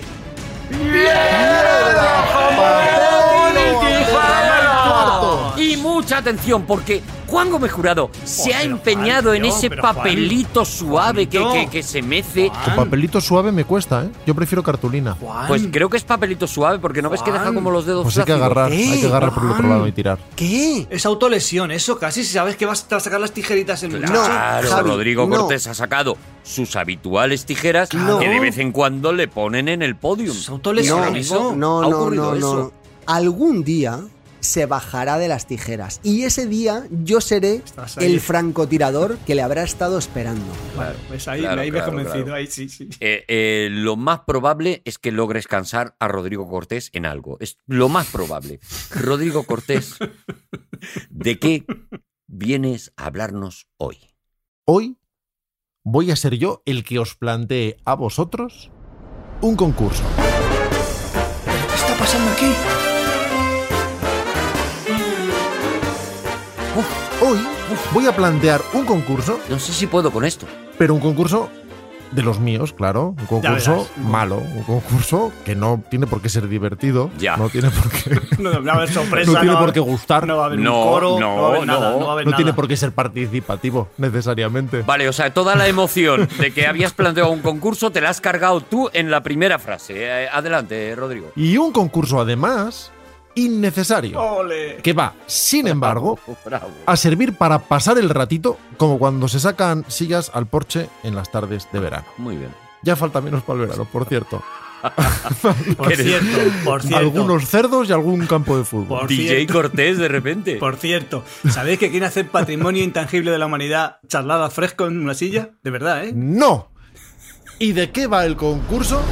Y mucha atención, porque Juan Gómez Jurado se Joder, ha Juan, empeñado en tío, ese pero papelito suave que, Juanito. que- que se mece. Tu Juan, papelito suave me cuesta, ¿eh? Yo prefiero cartulina. Juan, Pues creo que es papelito suave, porque no ves que deja Juan. como los dedos Pues hay que flácidos. agarrar, ¿Qué? hay que agarrar por el otro Juan. lado y tirar. ¿Qué? es autolesión, eso casi. Si sabes que vas a sacar las tijeritas en Claro, Javi, Rodrigo no. Cortés ha sacado sus habituales tijeras Claro. que de vez en cuando le ponen en el podium. Es autolesión, Ahora no, mismo no, ha no, ocurrido no, eso. no. Algún día se bajará de las tijeras y ese día yo seré Estás ahí. el francotirador que le habrá estado esperando. Vale, pues ahí, Claro, ahí me he claro, convencido. claro. Ahí sí, *laughs* sí. Eh, eh, lo más probable es que logres cansar a Rodrigo Cortés en algo. Es lo más probable. Rodrigo Cortés, ¿de qué vienes a hablarnos hoy? Hoy voy a ser yo el que os plantee a vosotros un concurso. ¿Qué está pasando aquí? Hoy voy a plantear un concurso, No sé si puedo con esto. pero un concurso de los míos, claro. Un Ya concurso verás. malo. Un concurso que no tiene por qué ser divertido. Ya. No tiene por qué. No, Pues no va a haber sorpresa. No tiene va a por qué haber- gustar. No va a haber No, un coro. no, No, va a haber nada. no. No, va a haber No nada. tiene por qué ser participativo, necesariamente. Vale, o sea, toda la emoción de que habías planteado un concurso te la has cargado tú en la primera frase. Eh, Adelante, Rodrigo. Y un concurso, además, innecesario. Oh. Ole. Que va, sin embargo, *laughs* Bravo. a servir para pasar el ratito como cuando se sacan sillas al porche en las tardes de verano. Muy bien. Ya falta menos para el verano, por cierto. Por cierto, por cierto. Algunos cerdos y algún campo de fútbol. Por DJ cierto. Cortés de repente. Por cierto, ¿sabéis que quiere hacer patrimonio intangible de la humanidad charlar al fresco en una silla? De verdad, ¿eh? ¡No! ¿Y de qué va el concurso?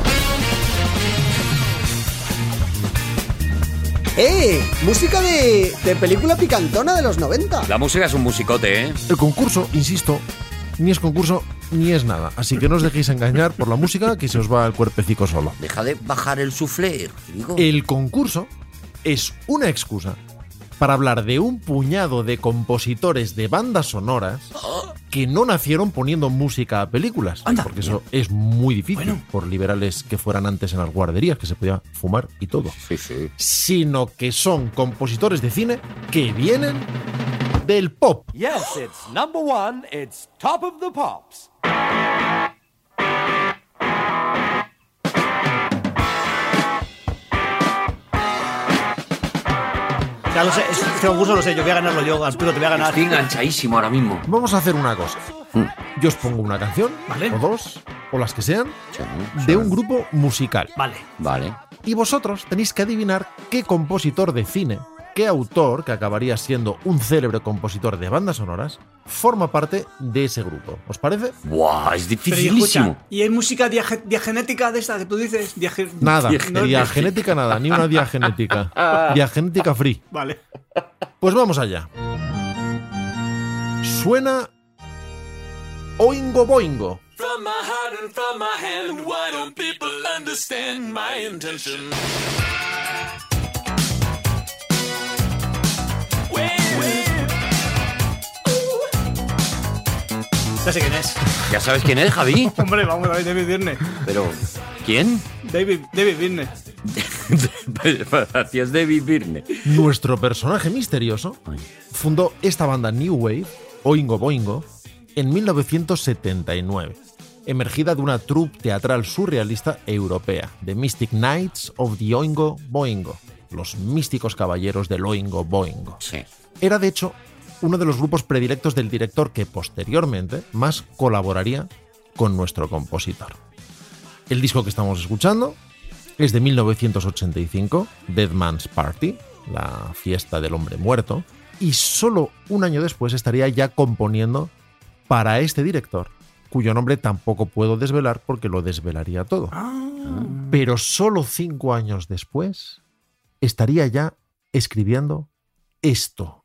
¡Eh! Música de, de película picantona de los 90. La música es un musicote, ¿eh? El concurso, insisto, ni es concurso ni es nada. Así que no os dejéis engañar por la música que se os va el cuerpecico solo. Deja de bajar el sufler, Rodrigo. El concurso es una excusa para hablar de un puñado de compositores de bandas sonoras que no nacieron poniendo música a películas. Anda. porque eso es muy difícil Bueno. por liberales que fueran antes en las guarderías, que se podía fumar y todo. Sí, sí. Sino que son compositores de cine que vienen del pop. Yes, it's number one, it's top of the pops. Ya lo sé, es- este concurso lo sé, yo voy a ganarlo yo, Arturo, te voy a ganar. Estoy enganchadísimo ahora mismo. Vamos a hacer una cosa. Yo os pongo una canción, Vale. o dos, o las que sean, de un grupo musical. Vale, Vale. y vosotros tenéis que adivinar qué compositor de cine qué autor, que acabaría siendo un célebre compositor de bandas sonoras, forma parte de ese grupo. ¿Os parece? ¡Buah! Es Pero y escucha, dificilísimo. ¿y hay música diage- diagenética de esta que tú dices? Diage- Nada, No, ni diagenética nada, ni una diagenética. Diagenética free. Vale. Pues vamos allá. Suena Oingo Boingo. From my heart and from my hand, why don't people understand my intention? Wait, wait. Ya sé quién es. ¿Ya sabes quién es, Javi? Hombre, vamos a ver, David Byrne. Pero, ¿quién? *laughs* Pues, David, David Byrne. Gracias, David Byrne. Nuestro personaje misterioso fundó esta banda New Wave, Oingo Boingo, en 1979, emergida de una troupe teatral surrealista europea, The Mystic Knights of the Oingo Boingo, los místicos caballeros del Oingo Boingo. Sí. Era de hecho uno de los grupos predilectos del director que posteriormente más colaboraría con nuestro compositor. El disco que estamos escuchando es de 1985, Dead Man's Party, la fiesta del hombre muerto, y solo un año después estaría ya componiendo para este director, cuyo nombre tampoco puedo desvelar porque lo desvelaría todo. Pero solo cinco años después estaría ya escribiendo esto.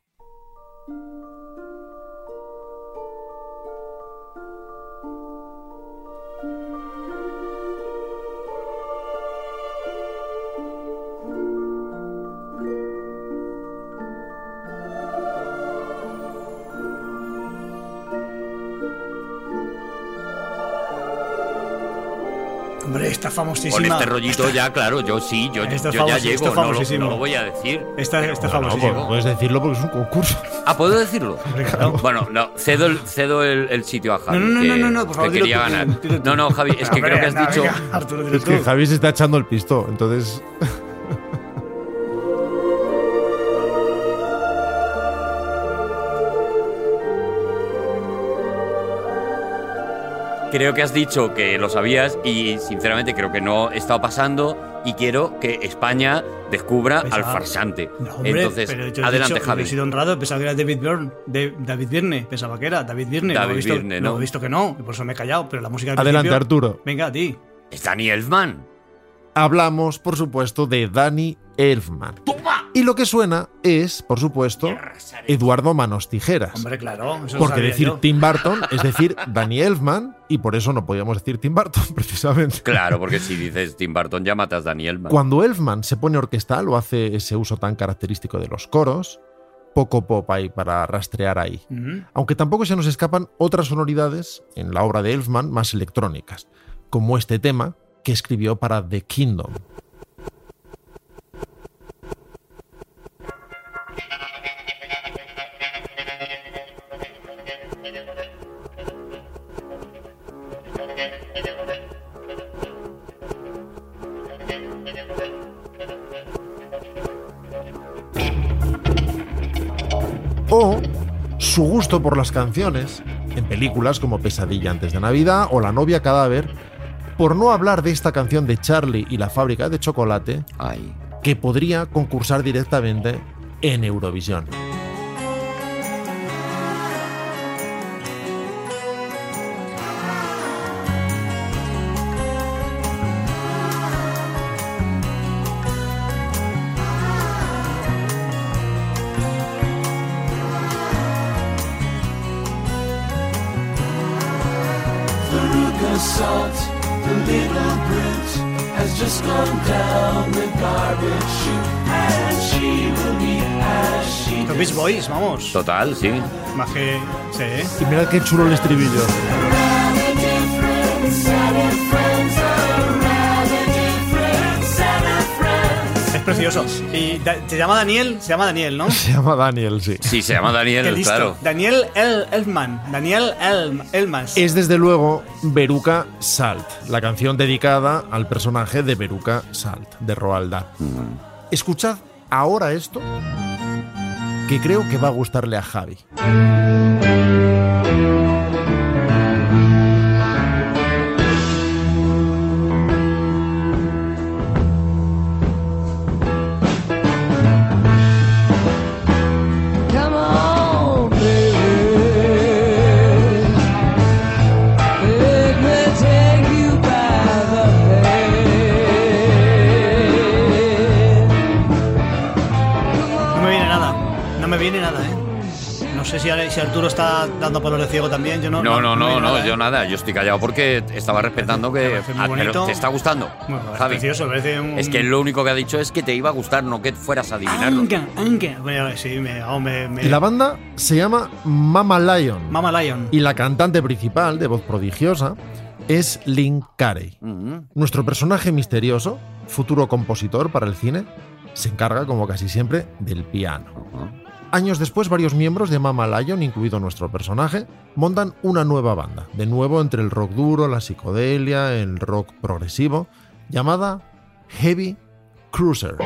Hombre, esta Con famosísima. este rollito ya, claro, yo sí, yo, yo- Esto es yo ya famosísimo, llego, esto es no lo, famosísimo. no lo voy a decir. Esta, esta No, famosísima. pues puedes decirlo porque es un concurso. Ah, ¿puedo decirlo? claro. Bueno, no, cedo el, cedo el, el sitio a Javi. No, no, no, que- no, no, por favor, que dilo quería tú, ganar. dilo, dilo tú. No, no, Javi, es que Hombre, creo que has anda, dicho. venga, Arturo, dilo Es que tú. Javi se está echando el pisto, entonces. Creo que has dicho que lo sabías y sinceramente creo que no está pasando y quiero que España descubra Pues, al ah, farsante. No, hombre, Entonces, pero yo he adelante, dicho- Javi. Yo he sido honrado, pensaba que era David Byrne. de- David Byrne, pensaba que era David Byrne. David he visto, Byrne, ¿no? he visto que no, y por eso me he callado, pero la música del Adelante, principio- Arturo. Venga, a ti. Es Danny Elfman. Hablamos, por supuesto, de Danny Elfman. Y lo que suena es, por supuesto, Eduardo Manos Tijeras. Hombre, claro. Eso lo Porque sabía decir yo. Tim Burton es decir Danny Elfman, y por eso no podíamos decir Tim Burton, *laughs* precisamente. Claro, porque si dices Tim Burton ya matas a Danny Elfman. Cuando Elfman se pone orquestal o hace ese uso tan característico de los coros, poco pop hay para rastrear ahí. Ujú. aunque tampoco se nos escapan otras sonoridades en la obra de Elfman más electrónicas, como este tema que escribió para The Kingdom. o su gusto por las canciones en películas como Pesadilla antes de Navidad o La novia cadáver, por no hablar de esta canción de Charlie y la fábrica de chocolate Ay. que podría concursar directamente en Eurovisión. The rook assault, the little brute has just gone down the garbage chute, and she will be as she Los Beach Boys, vamos. Total, sí. Más que. Sí, ¿eh? Y mirad qué chulo el estribillo. Es precioso. Y da- se llama Daniel, se llama Daniel, *laughs* ¿no? Se llama Daniel, sí. Sí, se llama Qué Daniel, listo. claro. Daniel El Elfman. Daniel El Elman. Es desde luego Veruca Salt, la canción dedicada al personaje de Veruca Salt, de Roald Dahl. Escuchad ahora esto, que creo que va a gustarle a Javi. The ¿eh? sé si, si Arturo está dando palos de ciego también. Yo no, No, no, no, hay no, nada, ¿eh? yo nada, yo estoy callado porque estaba respetando me que. parece muy Ah, pero bonito. te está gustando. Bueno, es Javi. precioso, parece un- Es que lo único que ha dicho es que te iba a gustar, no que fueras a adivinarlo. Anga, anga. Bueno, sí, me, oh, me, me- La banda se llama Mama Lion. Mama Lion. Y la cantante principal, de voz prodigiosa, es Lynn Carey. Mm, Nuestro personaje misterioso, futuro compositor para el cine, se encarga, como casi siempre, del piano. ujú. Años después, varios miembros de Mama Lion, incluido nuestro personaje, montan una nueva banda, de nuevo entre el rock duro, la psicodelia, el rock progresivo, llamada Heavy Cruiser.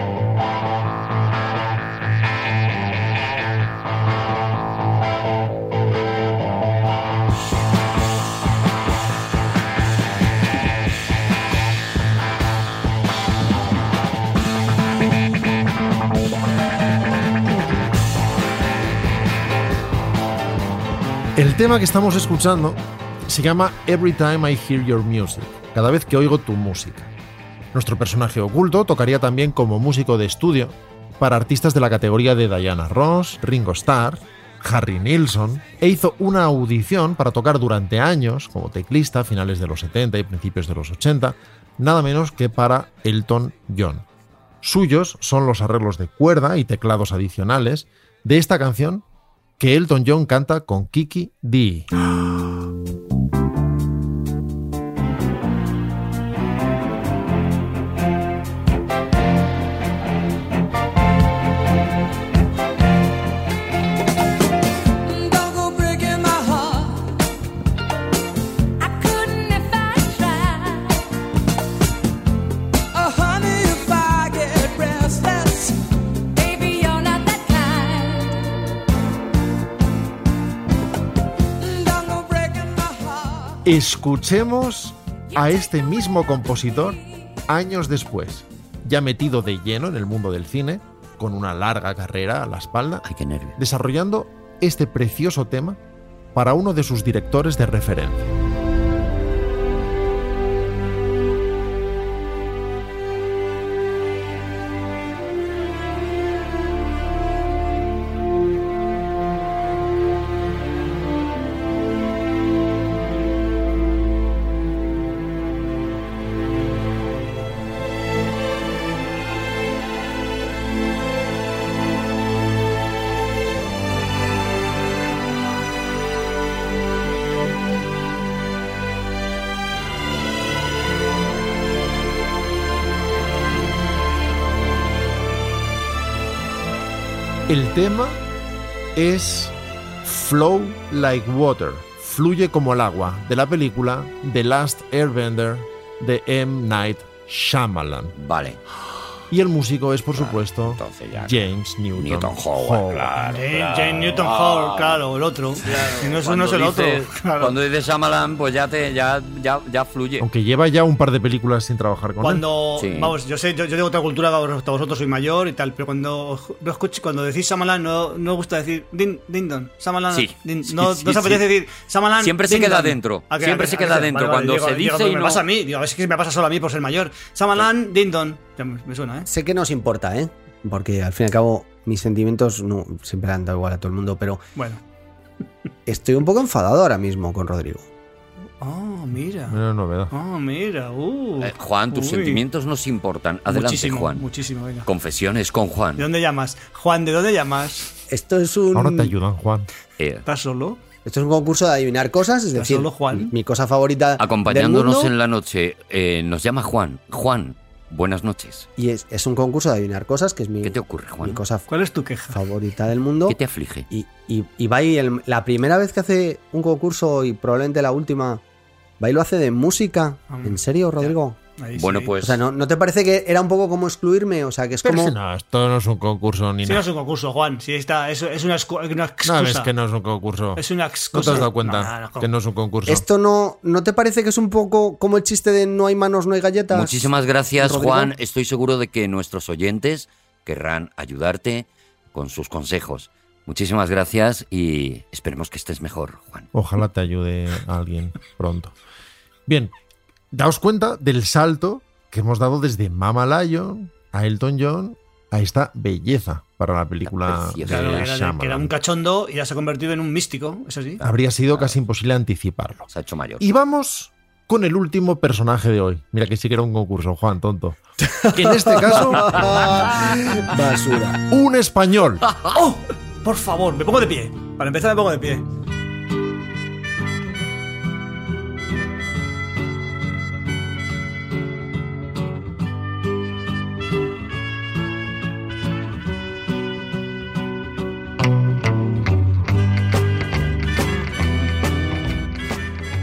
El tema que estamos escuchando se llama Every Time I Hear Your Music, cada vez que oigo tu música. Nuestro personaje oculto tocaría también como músico de estudio para artistas de la categoría de Diana Ross, Ringo Starr, Harry Nilsson, e hizo una audición para tocar durante años como teclista a finales de los 70 y principios de los 80, nada menos que para Elton John. Suyos son los arreglos de cuerda y teclados adicionales de esta canción que Elton John canta con Kiki Dee. Escuchemos a este mismo compositor años después, ya metido de lleno en el mundo del cine, con una larga carrera a la espalda, Ay, qué nervio. desarrollando este precioso tema para uno de sus directores de referencia. El tema es Flow Like Water, fluye como el agua, de la película The Last Airbender de M. Night Shyamalan. Vale. Y el músico es, por supuesto, Ah, Entonces ya. James Newton, Newton Howard, claro. Jane, Jane Newton Hall, claro, el otro. Si no es uno, es el Cuando otro. dices- *laughs* claro. Cuando dices Shyamalan, pues ya te, ya, ya, ya fluye. Aunque lleva ya un par de películas sin trabajar con él. Cuando, Sí. vamos, yo sé, yo, yo tengo otra cultura, vamos, a vosotros soy mayor y tal, pero cuando no escuch- cuando decís Samalan no, no gusta decir din, din don, Samalan, Sí. din- Sí, no, sí, no se sí. apetece decir Samalan. Siempre se din queda don". dentro. Ah, que- Siempre ah, se que- queda ah, que- dentro. vale, vale, Cuando digo, se digo, dice pues y me no- pasa a mí, digo, a ver si es que me pasa solo a mí por ser mayor. Samalan, din don. Ya me me suena, ¿eh? Sé que no os importa, ¿eh? Porque al fin y al cabo mis sentimientos no siempre han dado igual a todo el mundo, pero Bueno. estoy un poco enfadado ahora mismo con Rodrigo. Oh, mira. Menos novedad. Oh, mira. Uh. Eh, Juan, tus Uy. sentimientos nos importan. Adelante, muchísimo, Juan. Muchísimo, venga. Confesiones con Juan. ¿De dónde llamas? Juan, ¿de dónde llamas? Esto es un Ahora te ayudan, Juan. Eh, ¿Estás solo? esto es un concurso de adivinar cosas, es ¿Estás decir, solo, Juan? mi cosa favorita acompañándonos del mundo, en la noche, eh, nos llama Juan. Juan, buenas noches. y es, es un concurso de adivinar cosas que es mi, ¿Qué te ocurre, mi Juan? cosa ¿Cuál es tu queja? favorita del mundo. ¿Qué te aflige? Y, y, y va y el- la primera vez que hace un concurso y probablemente la última, va y lo hace de música. Mm, ¿En serio, Rodrigo? Ahí Bueno, sí. pues O sea, ¿no, ¿no te parece que era un poco como excluirme? O sea, que es Pero como... si no, esto no es un concurso ni Si no nada. es un concurso, Juan. Si está, es, es una, excu- una excusa. No, es que no es un concurso. Es una No excusa. te has dado No, cuenta no, no, que no es un concurso. ¿Esto no, no te parece que es un poco como el chiste de no hay manos, no hay galletas? muchísimas gracias, Rodrigo. Juan. Estoy seguro de que nuestros oyentes querrán ayudarte con sus consejos. Muchísimas gracias y esperemos que estés mejor, Juan. Ojalá te ayude alguien pronto. Bien, daos cuenta del salto que hemos dado desde Mama Lion a Elton John a esta belleza para la película Está preciosa. de Claro, que era, Shyamalan. que era un cachondo y ya se ha convertido en un místico, eso sí. Habría sido casi imposible anticiparlo. Se ha hecho mayor. Y vamos con el último personaje de hoy. Mira que sí que era un concurso, Juan, tonto. Que en *laughs* este caso, Basura. un español. ¡Oh! Por favor, me pongo de pie. Para empezar, me pongo de pie.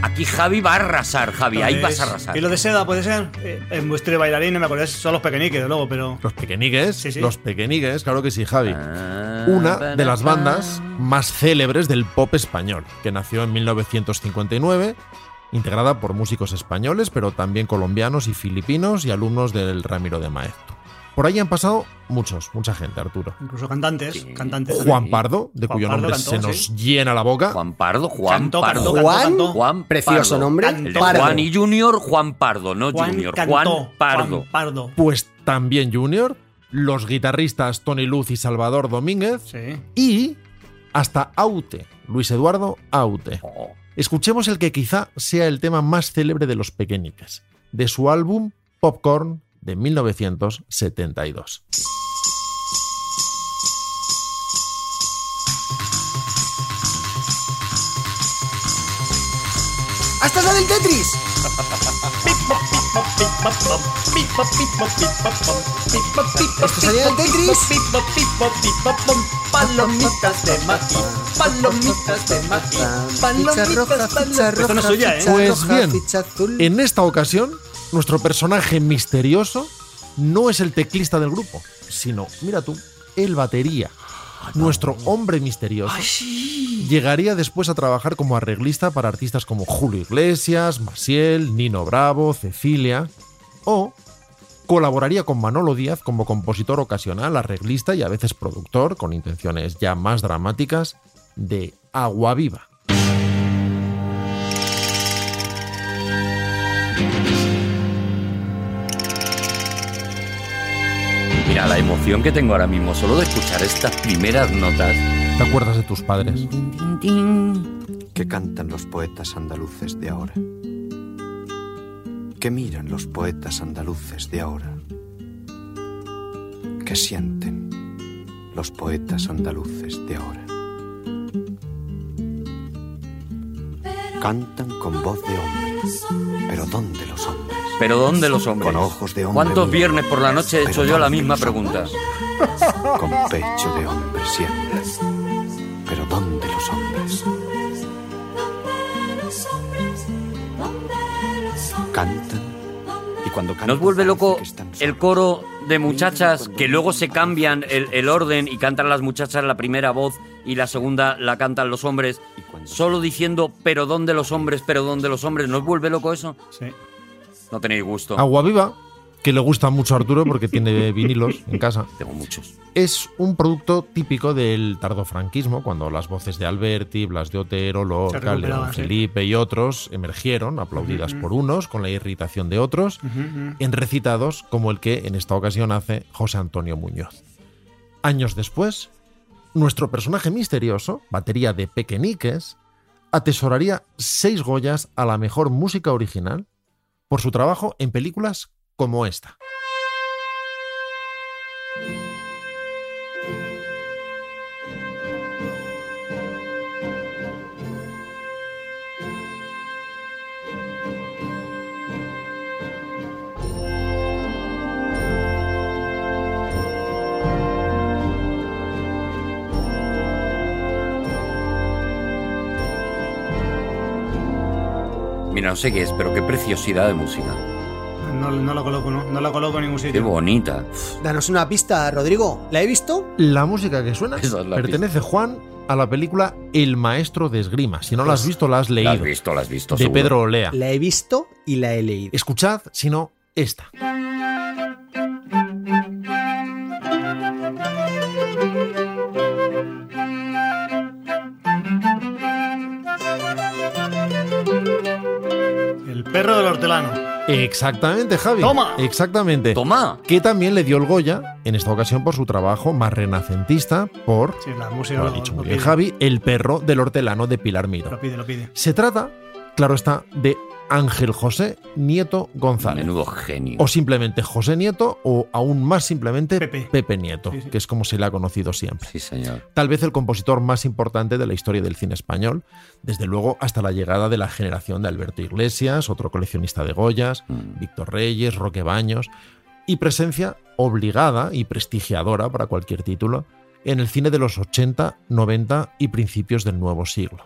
Aquí Javi va a arrasar, Javi. Ahí vas a Entonces, arrasar. ¿Y lo de seda puede ser? Eh, en vuestro bailarín, no me acuerdo, son los pequeñiques, de luego, pero. Los pequeñigues, Sí, sí. los pequeñigues, claro que sí, Javi. Ah, Una de las bandas más célebres del pop español, que nació en 1959, integrada por músicos españoles, pero también colombianos y filipinos y alumnos del Ramiro de Maestro. Por ahí han pasado muchos, mucha gente, Arturo. Incluso cantantes. Sí. Cantantes. Juan Pardo, de Juan cuyo Pardo nombre cantó, se nos llena la boca. Juan Pardo, Juan Cantó, Pardo. cantó, cantó, Juan- cantó. Juan Precioso Pardo. nombre. Can- El de Pardo. Juan y Junior, Juan Pardo, no Juan Junior. cantó, Juan Pardo. Juan Pardo. Pues también Junior, los guitarristas Tony Luz y Salvador Domínguez, Sí. y hasta Aute, Luis Eduardo Aute. Oh, Escuchemos el que quizá sea el tema más célebre de los pequeñiques, de su álbum Popcorn de 1972. ¡Hasta la del Tetris! ¿Esto salía del Tetris? Palomitas de maíz, palomitas de maíz, Ficha roja, palomitas, ficha roja, Esto no es suya, ¿eh? ficha Pues roja, bien. ficha azul. En esta ocasión, nuestro personaje misterioso no es el teclista del grupo, sino, mira tú, el batería. Nuestro hombre misterioso llegaría después a trabajar como arreglista para artistas como Julio Iglesias, Maciel, Nino Bravo, Cecilia, o colaboraría con Manolo Díaz como compositor ocasional, arreglista y a veces productor, con intenciones ya más dramáticas, de Agua Viva. mira la emoción que tengo ahora mismo solo de escuchar estas primeras notas. ¿Te acuerdas de tus padres? que cantan los poetas andaluces de ahora, que miran los poetas andaluces de ahora, que sienten los poetas andaluces de ahora. Cantan con voz de hombre, pero ¿dónde los hombres? Pero ¿dónde los hombres? Con ojos de hombre. ¿Cuántos miran, viernes por la noche he pero hecho yo la ¿dónde misma los pregunta? hombres? Con pecho de hombre siempre, pero ¿dónde los hombres? Cantan y cuando cantan Nos vuelve parece loco que están solos. el coro de muchachas que luego se cambian el, el orden y cantan las muchachas la primera voz y la segunda la cantan los hombres, solo diciendo, pero ¿dónde los hombres? ¿Pero dónde los hombres? ¿Nos vuelve loco eso? Sí. No tenéis gusto. Agua Viva, que le gusta mucho a Arturo porque tiene vinilos en casa, Tengo muchos. es un producto típico del tardofranquismo, cuando las voces de Alberti, Blas de Otero, Lorca, recuperaban, León sí. Felipe y otros emergieron, aplaudidas por unos, con la irritación de otros, en recitados como el que en esta ocasión hace José Antonio Muñoz. Años después, nuestro personaje misterioso, batería de pequeñiques, atesoraría seis Goyas a la mejor música original por su trabajo en películas como esta. Mira, no sé qué es, pero qué preciosidad de música. No, no lo coloco, no, no lo coloco en ningún Qué sitio. bonita. Danos una pista, Rodrigo. ¿La he visto? La música que suena Esa es la pertenece, Juan, a la película El maestro de esgrima. Si no la has visto, la has La has leído. visto, la has visto. de seguro. Pedro Olea. La he visto y la he leído. Escuchad, si no, esta. El perro del hortelano. Exactamente, Javi. Toma. Exactamente. Toma. Que también le dio el Goya, en esta ocasión por su trabajo más renacentista, por, Sí, la música lo ha lo- dicho lo muy bien pide. Javi, El perro del hortelano de Pilar Lo Miro. pide, lo pide. Se trata, claro está, de Ángel José Nieto González. Menudo genio. O simplemente José Nieto, o aún más simplemente Pepe. Nieto, Sí, sí. que es como se le ha conocido siempre Sí, señor. tal vez el compositor más importante de la historia del cine español, desde luego hasta la llegada de la generación de Alberto Iglesias, otro coleccionista de Goyas, Mm. Víctor Reyes, Roque Baños, y presencia obligada y prestigiadora para cualquier título en el cine de los 80, 90 y principios del nuevo siglo.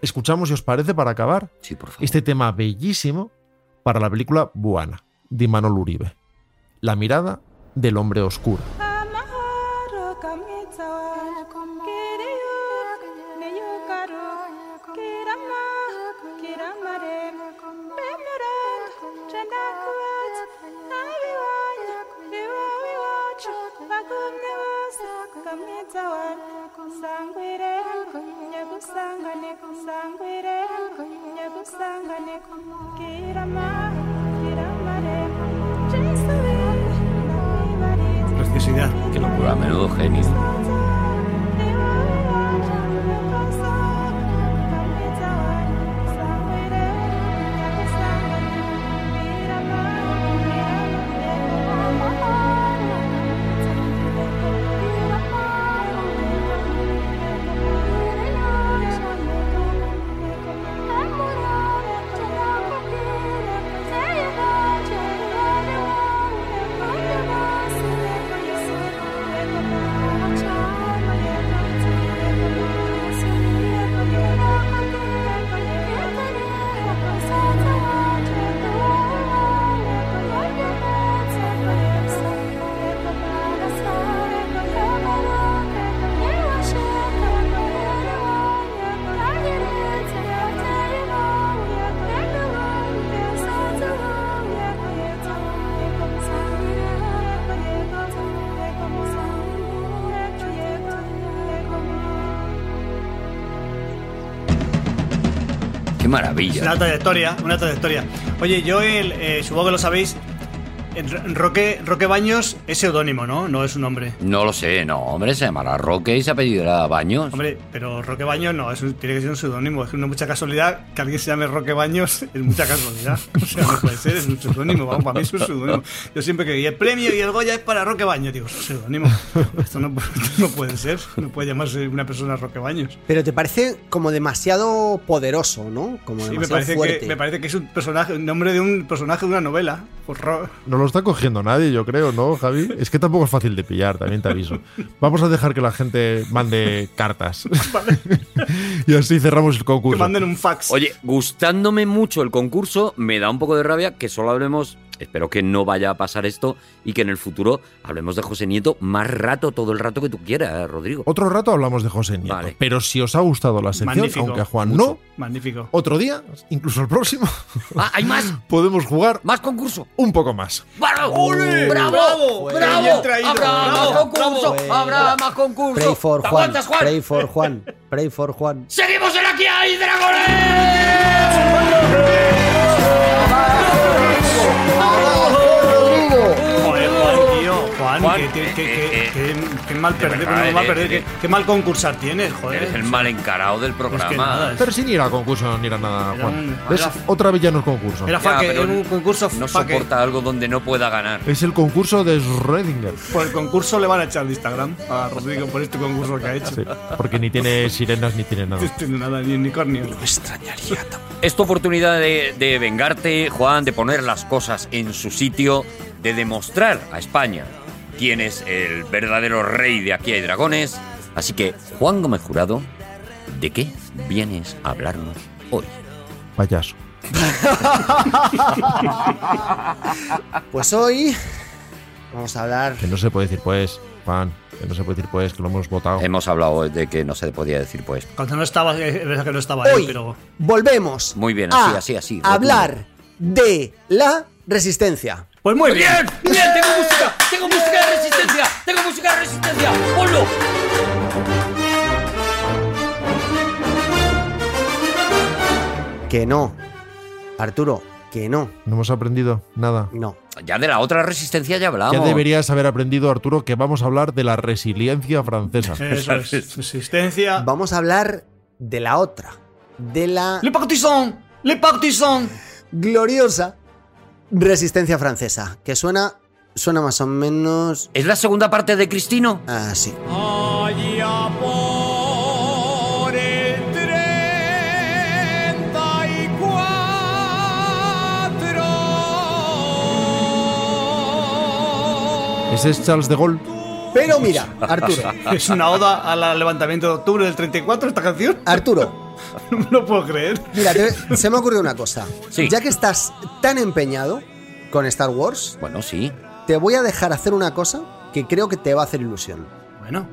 Escuchamos, si os parece, para acabar, Sí, por favor. este tema bellísimo para la película Buana, de Imanol Uribe, La mirada del hombre oscuro. Preciosidad. Qué locura, menudo genio. Qué Es maravilla. una trayectoria, una trayectoria. Oye, yo, el, eh, supongo que lo sabéis, el Roque, Roque Baños es seudónimo, ¿no? No es un nombre. No lo sé, no, hombre, se llamará Roque y se apellidará Baños. Hombre, pero Roque Baños no, es un- tiene que ser un seudónimo. Es una mucha casualidad que alguien se llame Roque Baños, es mucha casualidad. *laughs* O sea, no puede ser, es un seudónimo. Vamos, para mí es un seudónimo. Yo siempre que y el premio y el Goya es para Roque Baños, digo, es un seudónimo. Esto no, *laughs* esto no puede ser, no puede llamarse una persona Roque Baños. Pero te parece como demasiado poderoso, ¿no? Como Sí, demasiado me parece, fuerte. que, me parece que es un personaje, un nombre de un personaje de una novela. Pues Ro- No lo está cogiendo nadie, yo creo, ¿no, *laughs* Javi? Es que tampoco es fácil de pillar, también te aviso. Vamos a dejar que la gente mande *laughs* cartas. y así cerramos el que concurso. manden un fax. Oye, gustándome mucho el concurso, me da un poco de rabia que solo hablemos, espero que no vaya a pasar esto y que en el futuro hablemos de José Nieto más rato, todo el rato que tú quieras, eh, Rodrigo. Otro rato hablamos de José Nieto. Vale. Pero si os ha gustado la sección, Magnífico. aunque a Juan Mucho. no, Magnífico. otro día, incluso el próximo, *laughs* ¡Ah, hay más! podemos jugar ¡Más concurso! un poco más. ¡Bravo! ¡Ole! ¡Bravo! Pues, ¡Bravo! bien traído. ¡Habrá más Bravo, concurso! bravo. ¡Habrá más concurso! Pray for ¿Te Juan. aguantas, Juan? Pray for Juan. *laughs* Pray for Juan. ¡Seguimos en Aquí hay Dragones! Joder, Juan, tío. Juan, Juan, qué, qué- eh, qué- eh, qué- qué mal de perder, verdad, qué mal eh, perder, eh, qué- qué mal concursar tienes, joder. Eres el mal encarado del Pues programa. que nada, Pero si ni era concurso ni era nada, Era un- Juan. ¿Ves? Otra vez ya no es concurso. Era Ya, fa que pero era un concurso No fa que- soporta algo donde no pueda ganar. Es el concurso de Schrödinger. Por el concurso le van a echar de Instagram a Rodrigo por este concurso que ha hecho. Sí, porque ni tiene sirenas ni tiene nada. No tiene nada, ni unicornio. Es tu oportunidad de, de vengarte, Juan, de poner las cosas en su sitio, de demostrar a España quién es el verdadero rey de Aquí hay dragones. Así que, Juan Gómez Jurado, ¿de qué vienes a hablarnos hoy? Payaso. Pues hoy vamos a hablar. Que no se puede decir pues, Juan. Que no se puede decir pues, que lo hemos votado. Hemos hablado hoy de que no se podía decir pues. Cuando no estaba, eh, es verdad que no estaba él, Hoy pero. volvemos. Muy bien, a así, así, así, Hablar de la resistencia. Pues muy bien. ¡Bien! ¡Tengo música! ¡Tengo música de resistencia! ¡Tengo música de resistencia! ¡Ponlo! Que no. Arturo, Que no, No hemos aprendido nada. no. Ya de la otra resistencia ya hablamos. Ya deberías haber aprendido, Arturo, que vamos a hablar de la resiliencia francesa. *laughs* Eso es. Resistencia. Vamos a hablar de la otra, de la Le Partison. Le Partison. gloriosa resistencia francesa, que suena, suena más o menos ¿Es la segunda parte de Cristino? así. Allá por el treinta y cuatro. Ese es Charles de Gaulle. Pero mira, Arturo, Es una oda al levantamiento de octubre del 34 esta canción. *laughs* Arturo, No lo puedo creer. mira, te- se me ha ocurrido una cosa. Sí. Ya que estás tan empeñado con Star Wars, Bueno, sí. te voy a dejar hacer una cosa que creo que te va a hacer ilusión. Bueno.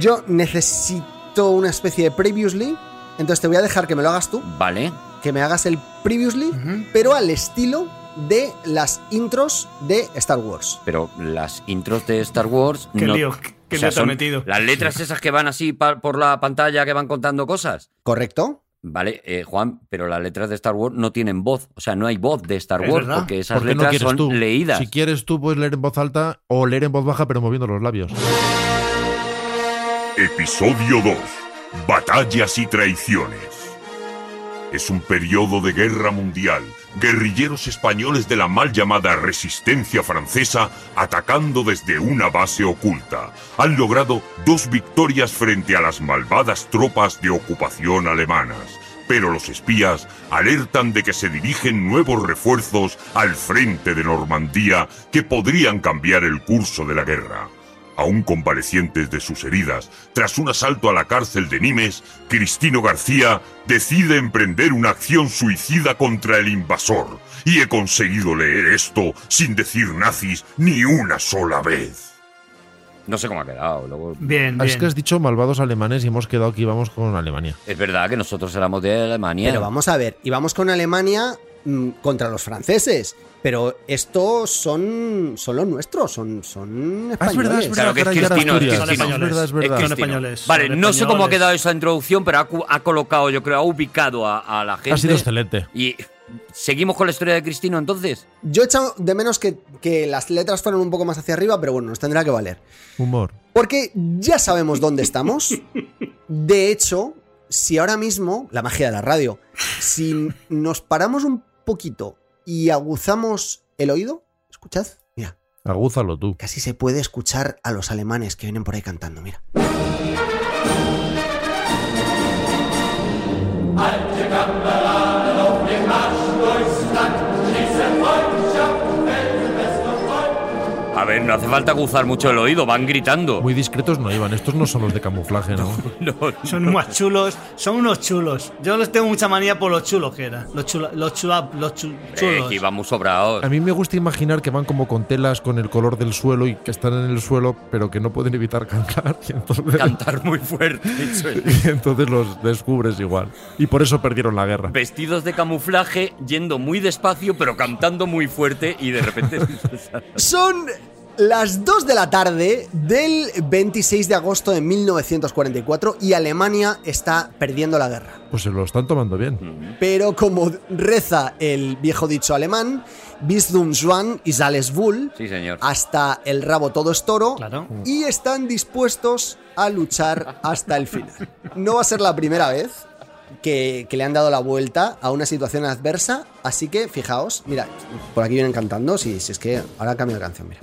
Yo necesito una especie de previously, entonces te voy a dejar que me lo hagas tú, Vale. que me hagas el previously, pero al estilo de las intros de Star Wars. Pero las intros de Star Wars. Qué no- lío. Qué o sea, lío te has son metido. Las letras esas que van así pa- por la pantalla que van contando cosas. ¿Correcto? Vale, eh, Juan, pero las letras de Star Wars no tienen voz. O sea, no hay voz de Star Es Wars verdad. porque esas ¿Por qué no letras quieres son tú? leídas. Si quieres tú, puedes leer en voz alta o leer en voz baja, pero moviendo los labios. Episodio 2. Batallas y traiciones. Es un periodo de guerra mundial. Guerrilleros españoles de la mal llamada Resistencia Francesa atacando desde una base oculta. Han logrado dos victorias frente a las malvadas tropas de ocupación alemanas. Pero los espías alertan de que se dirigen nuevos refuerzos al frente de Normandía que podrían cambiar el curso de la guerra. Aún convalecientes de sus heridas, tras un asalto a la cárcel de Nimes, Cristino García decide emprender una acción suicida contra el invasor. Y he conseguido leer esto sin decir nazis ni una sola vez. No sé cómo ha quedado. Luego... Bien, bien. Es que has dicho malvados alemanes y hemos quedado que íbamos con Alemania. Es verdad que nosotros éramos de Alemania. Pero vamos a ver, y vamos con Alemania mm, contra los franceses. Pero estos son, son los nuestros, son, son Ah, es verdad, españoles. es verdad. Claro que es caray, ahora Cristino, Asturias. es Cristino. Es verdad, es Es verdad. Son Cristino. españoles, Vale, son no sé cómo ha españoles. quedado esa introducción, pero ha, cu- ha colocado, yo creo, ha ubicado a, a la gente. Ha sido excelente. Y seguimos con la historia de Cristino entonces. Yo he echado de menos que, que las letras fueran un poco más hacia arriba, pero bueno, nos tendrá que valer. Humor. Porque ya sabemos dónde estamos. De hecho, si ahora mismo, la magia de la radio, si nos paramos un poquito y aguzamos el oído, escuchad, mira, Agúzalo tú. casi se puede escuchar a los alemanes que vienen por ahí cantando, mira. A ver, no hace falta aguzar mucho el oído, van gritando. *laughs* Muy discretos no iban. Estos no son los de camuflaje, ¿no? Son más chulos, son unos chulos. Yo les tengo mucha manía por los chulos que eran. Los chulos, los chula- los chu- Eh, chulos. que *laughs* íbamos sobrados. A mí me gusta imaginar que van como con telas con el color del suelo y que están en el suelo, pero que no pueden evitar *laughs* cantar. Y entonces, Cantar muy fuerte. eso *laughs* es. y entonces los descubres igual. Y por eso perdieron la guerra. Vestidos de camuflaje, yendo muy despacio, pero cantando muy fuerte y de repente. *laughs* Son las 2 de la tarde del 26 de agosto de 1944 y Alemania está perdiendo la guerra. Pues se lo están tomando bien. Pero como reza el viejo dicho alemán, bis zum Schwan ist alles wohl, sí, señor. hasta el rabo todo es toro, Claro. y están dispuestos a luchar hasta el final. No va a ser la primera vez que, que le han dado la vuelta a una situación adversa, así que fijaos, mira, por aquí vienen cantando, si, si es que ahora cambio de canción, mira.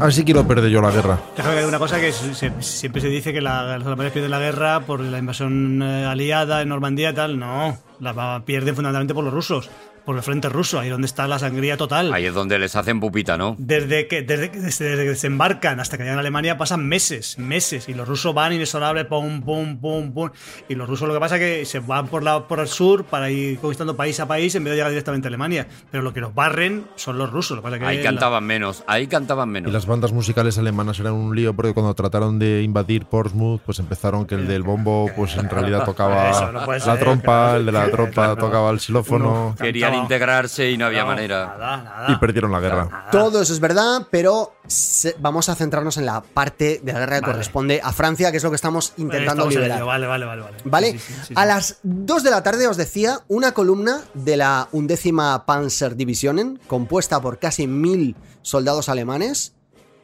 Así quiero perder yo la guerra. Déjame que diga una cosa que se- se- siempre se dice que la, los alemanes pierden la guerra por la invasión eh, aliada en Normandía y tal. No, la va- pierden fundamentalmente por los rusos, por el frente ruso, ahí donde está la sangría total. Ahí es donde les hacen pupita, ¿no? Desde que, desde, que- desde que desembarcan hasta que llegan a Alemania pasan meses, meses, y los rusos van inexorables, pum, pum, pum, pum. Y los rusos lo que pasa es que se van por, la, por el sur para ir conquistando país a país en vez de llegar directamente a Alemania. Pero lo que los barren son los rusos. Lo que pasa es que Ahí la- cantaban menos, ahí cantaban Y menos. las bandas musicales alemanas eran un lío porque cuando trataron de invadir Portsmouth, pues empezaron que el del bombo, pues en realidad tocaba Eso, no puede la ser, trompa, el de la trompa tocaba el xilófono. Querían querían integrarse y no había No, Ah, manera. Ah, Nada, nada. Y perdieron la guerra. Todo eso es verdad, pero se- vamos a centrarnos en la parte de la guerra que Vale. corresponde a Francia, que es lo que estamos intentando Estamos en liberar. ello, Vale, vale, vale. Vale. ¿Vale? Sí, sí, sí, sí, a sí. las 2 de la tarde os decía una columna de la undécima Panzer Divisionen, compuesta por casi mil soldados alemanes.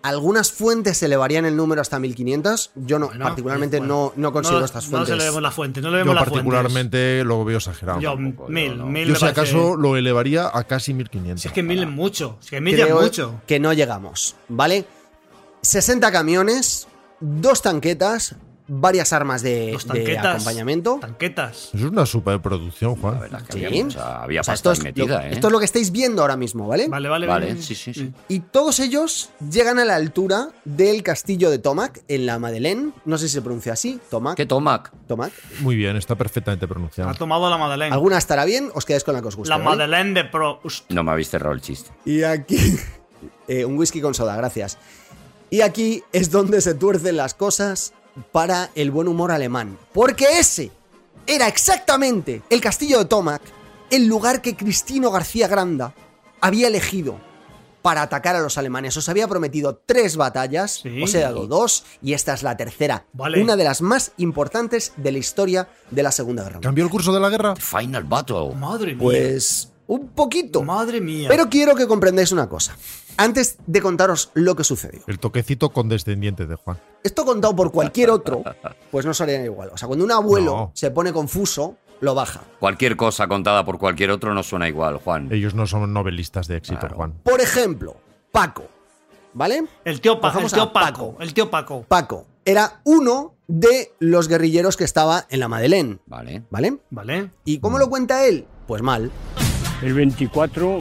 Algunas fuentes elevarían el número hasta 1500. Yo no, Bueno, particularmente bueno. no, no consigo No- estas No fuentes. se le vemos la fuente, no le Yo vemos la fuente. particularmente lo veo exagerado. Yo, Yo, mil, mil. yo me si parece- acaso lo elevaría a casi 1500. Si es que mil es mucho. Si es que mil ya es Creo mucho. que no llegamos, ¿vale? 60 camiones, dos tanquetas, varias armas Eh, de, Dos de tanquetas. acompañamiento. Tanquetas. Eso es una superproducción, Juan. Que había Sí. mucha- había O sea, esto, pasta es ahí lo, metida, ¿eh? esto es lo que estáis viendo ahora mismo, ¿vale? Vale, vale, Mm. Vale, vale. sí, sí, sí. Y todos ellos llegan a la altura del castillo de Tomac, en la Madeleine. No sé si se pronuncia así, Tomac. ¿Qué tomac? Tomac. Muy bien, está perfectamente pronunciado. Ha tomado la Madeleine. Alguna estará bien, os quedáis con la que os guste. La ¿vale? Madeleine de Pro. Ust, No me habéis cerrado el chiste. Y aquí. *laughs* Eh, un whisky con soda, gracias. Y aquí es donde se tuercen las cosas para el buen humor alemán. Porque ese era exactamente el castillo de Tomac, el lugar que Cristino García Granda había elegido para atacar a los alemanes. Os había prometido tres batallas, Sí. os he dado dos, y esta es la tercera. Vale. Una de las más importantes de la historia de la Segunda Guerra Mundial. ¿Cambió el curso de la guerra? Final Battle. Madre mía. Pues un poquito. Madre mía. Pero quiero que comprendáis una cosa. Antes de contaros lo que sucedió. El toquecito condescendiente de Juan. Esto contado por cualquier otro, pues no sería igual. O sea, cuando un abuelo No. se pone confuso, lo baja. Cualquier cosa contada por cualquier otro no suena igual, Juan. Ellos no son novelistas de éxito, Juan. Por ejemplo, Paco. ¿Vale? el tío, Pa- el Bajamos tío a Paco, Paco. El tío Paco. Paco era uno de los guerrilleros que estaba en la Madeleine. Vale. ¿Vale? Vale. ¿Y cómo lo cuenta él? Pues mal. El 24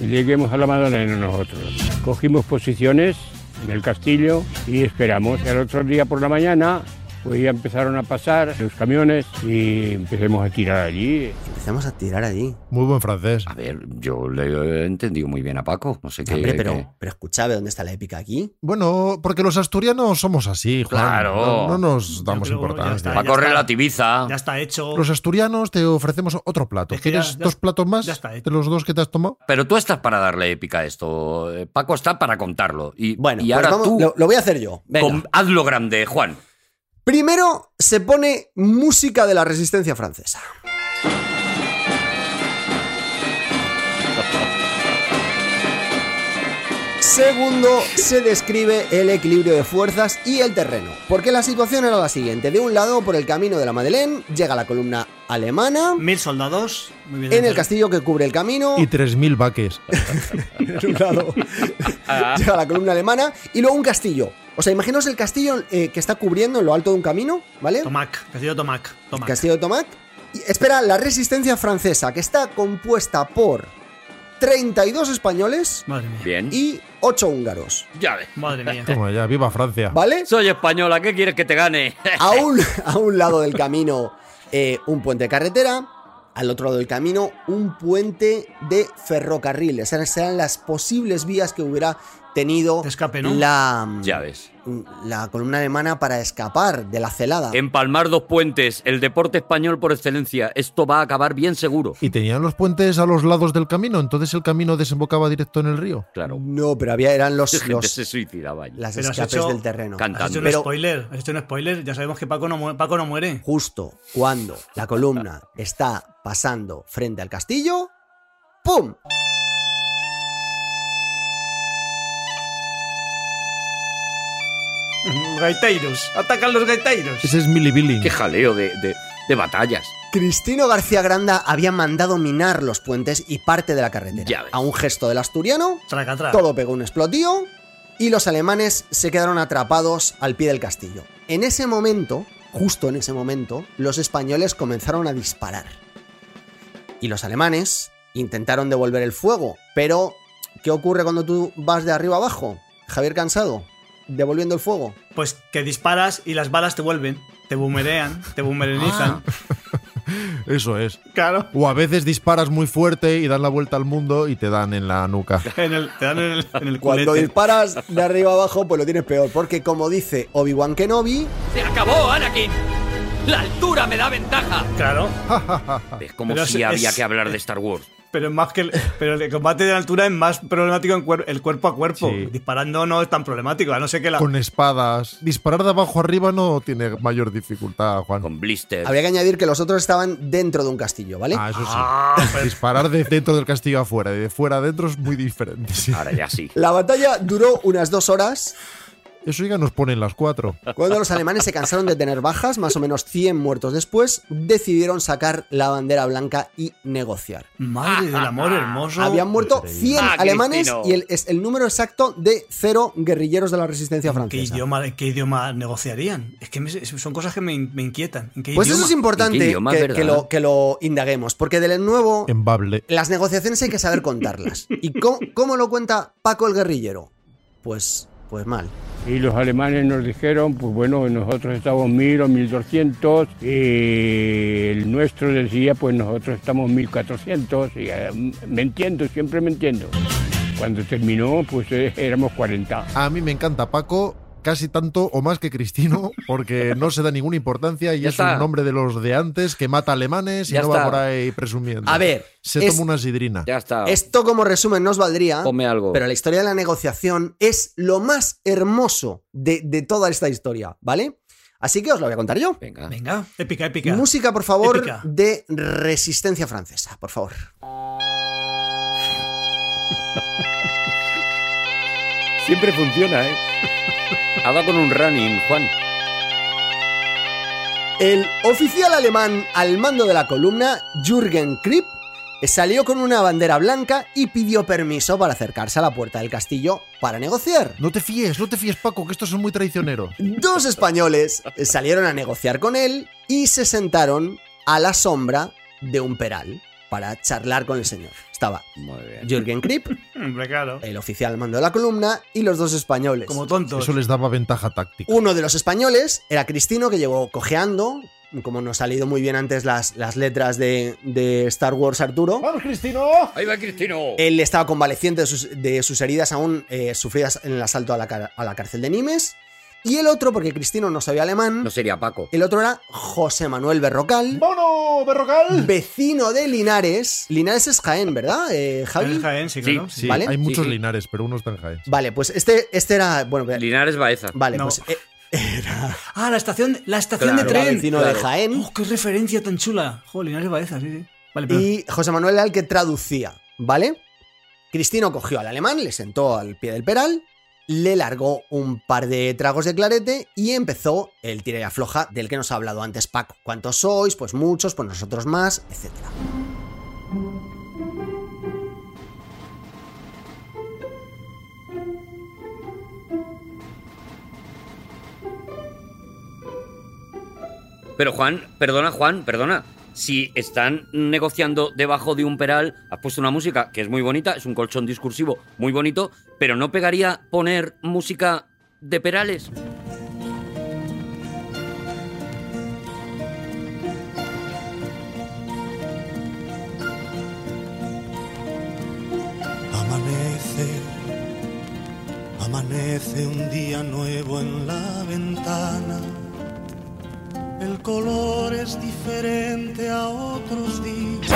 lleguemos a la Madalena nosotros. Cogimos posiciones en el castillo y esperamos. El otro día por la mañana pues ya empezaron a pasar los camiones y empecemos a tirar allí. Empezamos a tirar allí. Muy buen francés. Ah. A ver, yo le he entendido muy bien a Paco. No sé qué. Hombre, qué- pero, pero escuchad, ¿dónde está la épica aquí? Bueno, porque los asturianos somos así, Juan. Claro. No, no nos damos creo- ya está, importancia. Paco ya está. Ah. relativiza. Ya está hecho. Los asturianos te ofrecemos otro plato. Es que ya- ¿Quieres ya- dos platos más ya está hecho. de los dos que te has tomado? Pero tú estás para darle épica a esto. eh, Paco está para contarlo. Y, Bueno, y pues ahora vamos- tú, lo, lo voy a hacer yo. Venga. con- hazlo grande, Juan. Primero se pone música de la resistencia francesa. Segundo, se describe el equilibrio de fuerzas y el terreno, porque la situación era la siguiente. De un lado, por el camino de la Madeleine, llega la columna alemana, Mil soldados. Muy bien. en el castillo que cubre el camino, Y *laughs* 3.000 vaques. de un lado, *laughs* llega la columna alemana, y luego un castillo. O sea, imaginaos el castillo eh, que está cubriendo en lo alto de un camino, ¿vale? Tomac. Castillo Tomac. Tomac. Castillo de Tomac. Y espera, la resistencia francesa, que está compuesta por 32 españoles Madre mía. Bien. y 8 húngaros. Ya ves. Madre *laughs* mía. Toma ya, viva Francia. ¿Vale? Soy española, ¿qué quieres que te gane? A un, a un lado del camino, eh, un puente de carretera. Al otro lado del camino, un puente de ferrocarril. Esas serán las posibles vías que hubiera tenido De escape, ¿no? la, ya ves. la columna alemana para escapar de la celada. Em- Empalmar dos puentes, el deporte español por excelencia. Esto va a acabar bien seguro. Y tenían los puentes a los lados del camino, entonces el camino desembocaba directo en el río. Claro. No, pero había, *laughs* eran los, gente los se suicidaba allí. las Pero has escapes hecho- del terreno. Canta. Has hecho un Pero- spoiler. Has hecho un spoiler. Ya sabemos que Paco no, mu- Paco no muere. justo cuando la columna está pasando frente al castillo, ¡pum! *laughs* Gaiteiros. Atacan los gaiteiros. Ese es Milly Billing. Qué jaleo de, de- de batallas. Cristino García Granda había mandado minar los puentes y parte de la carretera. Ya ves. A un gesto del asturiano, Traca, traca. todo pegó un explotío y los alemanes se quedaron atrapados al pie del castillo. En ese momento, justo en ese momento, los españoles comenzaron a disparar. Y los alemanes intentaron devolver el fuego, pero ¿qué ocurre cuando tú vas de arriba abajo? Javier Cansado, devolviendo el fuego. Pues que disparas y las balas te vuelven. Te boomerean. Te Ah. boomerenizan. Eso es. Claro. O a veces disparas muy fuerte y das la vuelta al mundo y te dan en la nuca. En el, te dan en el, en el Cuando culete. disparas de arriba abajo, pues lo tienes peor, porque como dice Obi-Wan Kenobi, ¡Se acabó, Anakin! ¡La altura me da ventaja! Claro. Es como Pero si es- había es- que hablar de Star Wars. Pero es más que el, pero el combate de altura es más problemático en cuer- el cuerpo a cuerpo. Sí. Disparando no es tan problemático, a no ser que la. Con espadas. Disparar de abajo arriba no tiene mayor dificultad, Juan. Con blister. Habría que añadir que los otros estaban dentro de un castillo, ¿vale? Ah, eso sí. Ah, pero- Disparar de dentro del castillo afuera y de fuera adentro es muy diferente. sí. Ahora *laughs* ya sí. La batalla duró unas dos horas Eso ya nos ponen las cuatro. Cuando los alemanes se cansaron de tener bajas, más o menos 100 muertos después, decidieron sacar la bandera blanca y negociar. Madre del amor hermoso. Habían muerto 100 Ah, alemanes Cristino. y el, es el número exacto de cero guerrilleros de la resistencia ¿Qué francesa. idioma, ¿Qué idioma negociarían? Es que me- son cosas que me, in- me inquietan. ¿En qué Pues idioma? eso es importante ¿En qué idioma, que, verdad? que lo, que lo indaguemos, porque de nuevo Em- En Bable. las negociaciones hay que saber contarlas. ¿Y cómo, cómo lo cuenta Paco el guerrillero? Pues, pues mal. Y los alemanes nos dijeron, pues bueno, nosotros estamos 1000 o 1200 y el nuestro decía, pues nosotros estamos 1400 y eh, me entiendo, siempre me entiendo. Cuando terminó, pues eh, éramos 40. A mí me encanta Paco, casi tanto o más que Cristino, porque no se da ninguna importancia y Ya es está. un nombre de los de antes que mata alemanes y Ya no está. va por ahí presumiendo. A ver, Se es- toma una sidrina. Ya está. Esto como resumen nos valdría. Come algo. Pero la historia de la negociación es lo más hermoso de, de toda esta historia, ¿vale? Así que os lo voy a contar yo. Venga. Venga, épica, épica. Música, por favor, Épica. de Resistencia Francesa, por favor. Siempre funciona, ¿eh? Ha dado Ah, con un running, Juan. El oficial alemán al mando de la columna, Jürgen Kripp, salió con una bandera blanca y pidió permiso para acercarse a la puerta del castillo para negociar. No te fíes, no te fíes, Paco, que estos son muy traicioneros. Dos españoles salieron a negociar con él y se sentaron a la sombra de un peral para charlar con el señor. Estaba Muy bien. Jürgen Kripp, Hombre, claro. el oficial al mando de la columna, y los dos Uh, españoles. Como tontos. Eso les daba ventaja táctica. Uno de los españoles era Cristino, que llegó cojeando. Como nos ha leído muy bien antes las, las letras de, de Star Wars Arturo. ¡Vamos, Cristino! Ahí va Cristino. Él estaba convaleciente de sus, de sus heridas aún eh, sufridas en el asalto a la, car- a la cárcel de Nimes. Y el otro, porque Cristino no sabía alemán, No sería Paco. el otro era José Manuel Berrocal. ¡Mono, Berrocal! vecino de Linares. Linares es Jaén, ¿verdad, eh, Javi? ¿Eres Jaén, sí, claro. Sí, ¿Vale? hay muchos sí. linares, pero uno está en Jaén. Vale, pues este, este era. Bueno, ve- Linares Baeza. vale, No. pues. eh, Ah, la estación, la estación Claro, de era tren. vecino claro. de Jaén. Oh, qué referencia tan chula. Jolín, Linares Baeza, sí, sí. Vale, pero. Y José Manuel era el que traducía, ¿vale? Cristino cogió al alemán, le sentó al pie del peral, le largó un par de tragos de clarete y empezó el tira y afloja del que nos ha hablado antes Paco. ¿Cuántos sois? Pues muchos, pues nosotros más, etcétera. Pero Juan, perdona, Juan, perdona. Si están negociando debajo de un peral, has puesto una música que es muy bonita, es un colchón discursivo muy bonito, pero no pegaría poner música de perales. Amanece, amanece un día nuevo en la ventana. El color es diferente a otros días.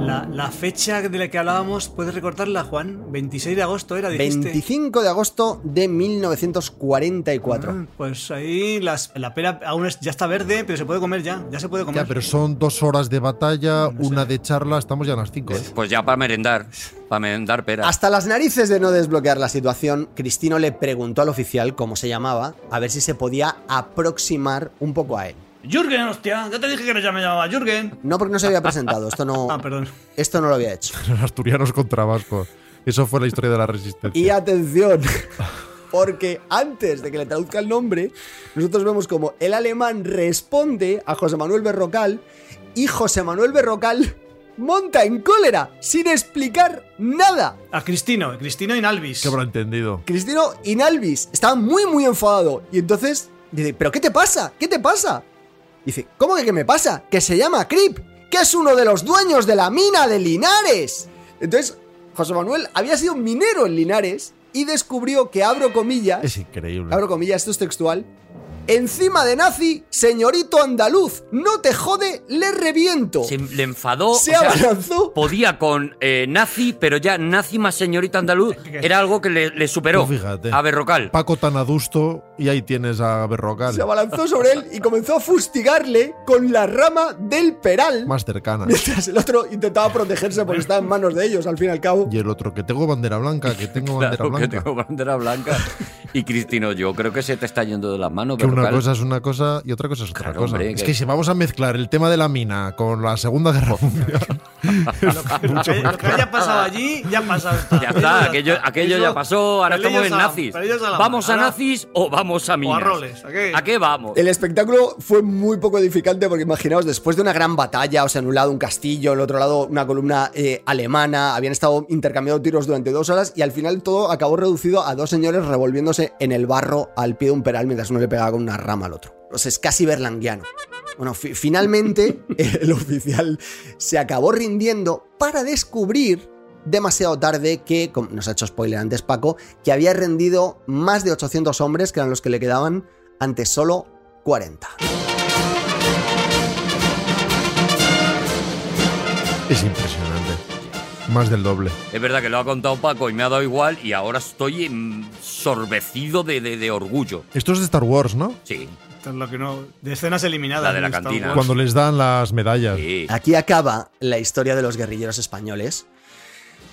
La, la fecha de la que hablábamos, ¿puedes recortarla, Juan? 26 de agosto era, dijiste. 25 de agosto de 1944. Ah, Pues ahí las- la pera aún es- ya está verde, pero se puede comer ya. Ya se puede comer. Ya, pero son dos horas de batalla, una de charla, estamos ya a las cinco. ¿eh? Pues ya para merendar, para merendar peras. *laughs* Hasta las narices de no desbloquear la situación, Cristino le preguntó al oficial cómo se llamaba, a ver si se podía aproximar un poco a él. Jürgen, hostia, ya te dije que no me llamaba Jürgen. No porque no se había presentado, esto no, *laughs* Ah, perdón. esto no lo había hecho. Asturianos contra vascos. Eso fue la historia de la resistencia. Y atención, *laughs* porque antes de que le traduzca el nombre, nosotros vemos como el alemán responde a José Manuel Berrocal y José Manuel Berrocal monta en cólera sin explicar nada. A Cristino, Cristino y Nalvis. ¿Qué habrá entendido? Cristino Inalvis estaba muy, muy enfadado. Y entonces dice, ¿pero qué te pasa? ¿Qué te pasa? Dice, ¿cómo que qué me pasa? Que se llama Crip, que es uno de los dueños de la mina de Linares. Entonces, José Manuel había sido minero en Linares y descubrió que, abro comillas, Es increíble. abro comillas, esto es textual, Encima de nazi, señorito andaluz, no te jode, le reviento. Se le enfadó. Se abalanzó. Podía con eh, nazi, pero ya nazi más señorita *laughs* andaluz era algo que le, le superó. Tú fíjate. A Berrocal. Paco tan adusto y ahí tienes a Berrocal. Se abalanzó sobre él y comenzó a fustigarle con la rama del peral. Más cercana. Mientras el otro intentaba protegerse porque estaba en manos de ellos, al fin y al cabo. Y el otro, que tengo bandera blanca, que tengo bandera Claro, que blanca. tengo bandera blanca. Y Cristino, yo creo que se te está yendo de las manos. Que una Berrocal. cosa es una cosa y otra cosa es otra Claro, cosa. hombre, es que- que... si vamos a mezclar el tema de la mina con la Segunda Guerra Mundial, es mucho Lo que haya pasado allí, ya ha pasado. *laughs* Ya está, aquello, aquello Eso- ya pasó, ahora estamos en pelillos a la- nazis. pelillos a la- ¿Vamos a ahora- nazis o vamos a O minas? a roles. ¿a qué? ¿A qué vamos? El espectáculo fue muy poco edificante porque imaginaos, después de una gran batalla, o sea, en un lado un castillo, en el otro lado una columna eh, alemana, habían estado intercambiando tiros durante dos horas y al final todo acabó reducido a dos señores revolviéndose en el barro al pie de un peral mientras uno le pegaba con una rama al otro. O sea, es casi berlanguiano. Bueno, fi- finalmente eh, el oficial se acabó rindiendo para descubrir demasiado tarde que, como nos ha hecho spoiler antes Paco, que había rendido más de 800 hombres, que eran los que le quedaban, ante solo 40. es impresionante. Más del doble. Es verdad que lo ha contado Paco y me ha dado igual y ahora estoy mm, sorbecido de, de- de orgullo. Esto es de Star Wars, ¿no? Sí, Esto es lo que no. De escenas eliminadas. La de la en Star cantina. Wars. Cuando les dan las medallas. Aquí acaba la historia de los guerrilleros españoles.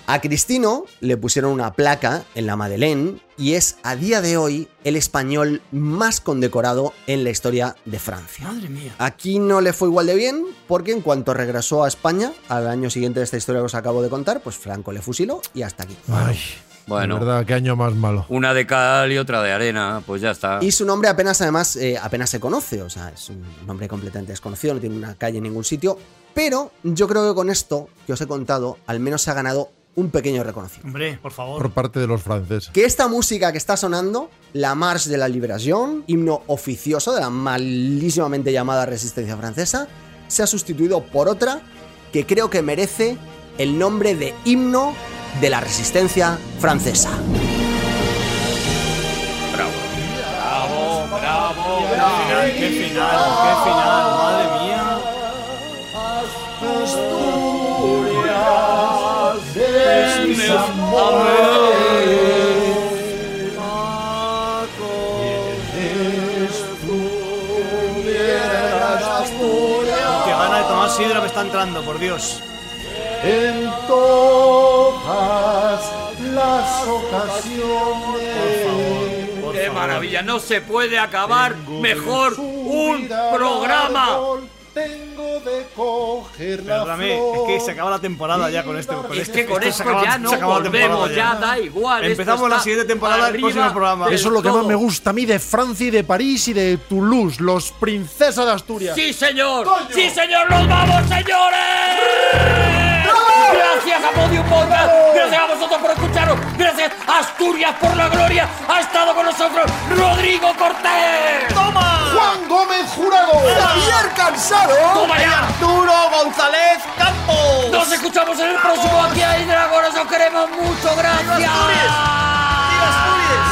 A Cristino le pusieron una placa en la Madeleine y es a día de hoy el español más condecorado en la historia de Francia. Madre mía. Aquí no le fue igual de bien porque en cuanto regresó a España, al año siguiente de esta historia que os acabo de contar, pues Franco le fusiló y hasta aquí. Ay, bueno. de verdad, qué año más malo. Una de cal y otra de arena, pues ya está. Y su nombre apenas, además, eh, apenas se conoce, o sea, es un nombre completamente desconocido, no tiene una calle en ningún sitio, pero yo creo que con esto que os he contado, al menos se ha ganado un pequeño reconocimiento. Hombre, por favor. Por parte de los franceses. Que esta música que está sonando, la Marche de la Liberación, himno oficioso de la malísimamente llamada Resistencia Francesa, se ha sustituido por otra que creo que merece el nombre de himno de la Resistencia Francesa. Bravo, bravo. Qué final, qué final, qué final. Madre mía. Qué gana de tomar sidra me está entrando, por Dios. En todas las ocasiones. ¡Qué maravilla! No se puede acabar mejor un programa. Tengo de coger Perdóname, es que se acaba la temporada ya con este. Con Es que este- con se esto acaba- ya no se acaba la temporada volvemos, ya da igual, esto Empezamos la está siguiente temporada el arriba próximo programa. del Eso es lo que todo. más me gusta a mí de Francia y de París y de Toulouse, los princesas de Asturias. ¡Sí, señor! ¡Sí, señor! ¡Nos vamos, señores! Gracias a Podium Podcast, gracias a vosotros por escucharos, gracias a Asturias por la gloria, ha estado con nosotros Rodrigo Cortés. ¡Toma! Juan Gómez Jurado. ¡Javier Cansado! ¡Toma ya! Arturo González Campos. Nos escuchamos en el próximo Aquí hay Dragones, os queremos mucho, gracias. Asturias! ¡Viva Asturias!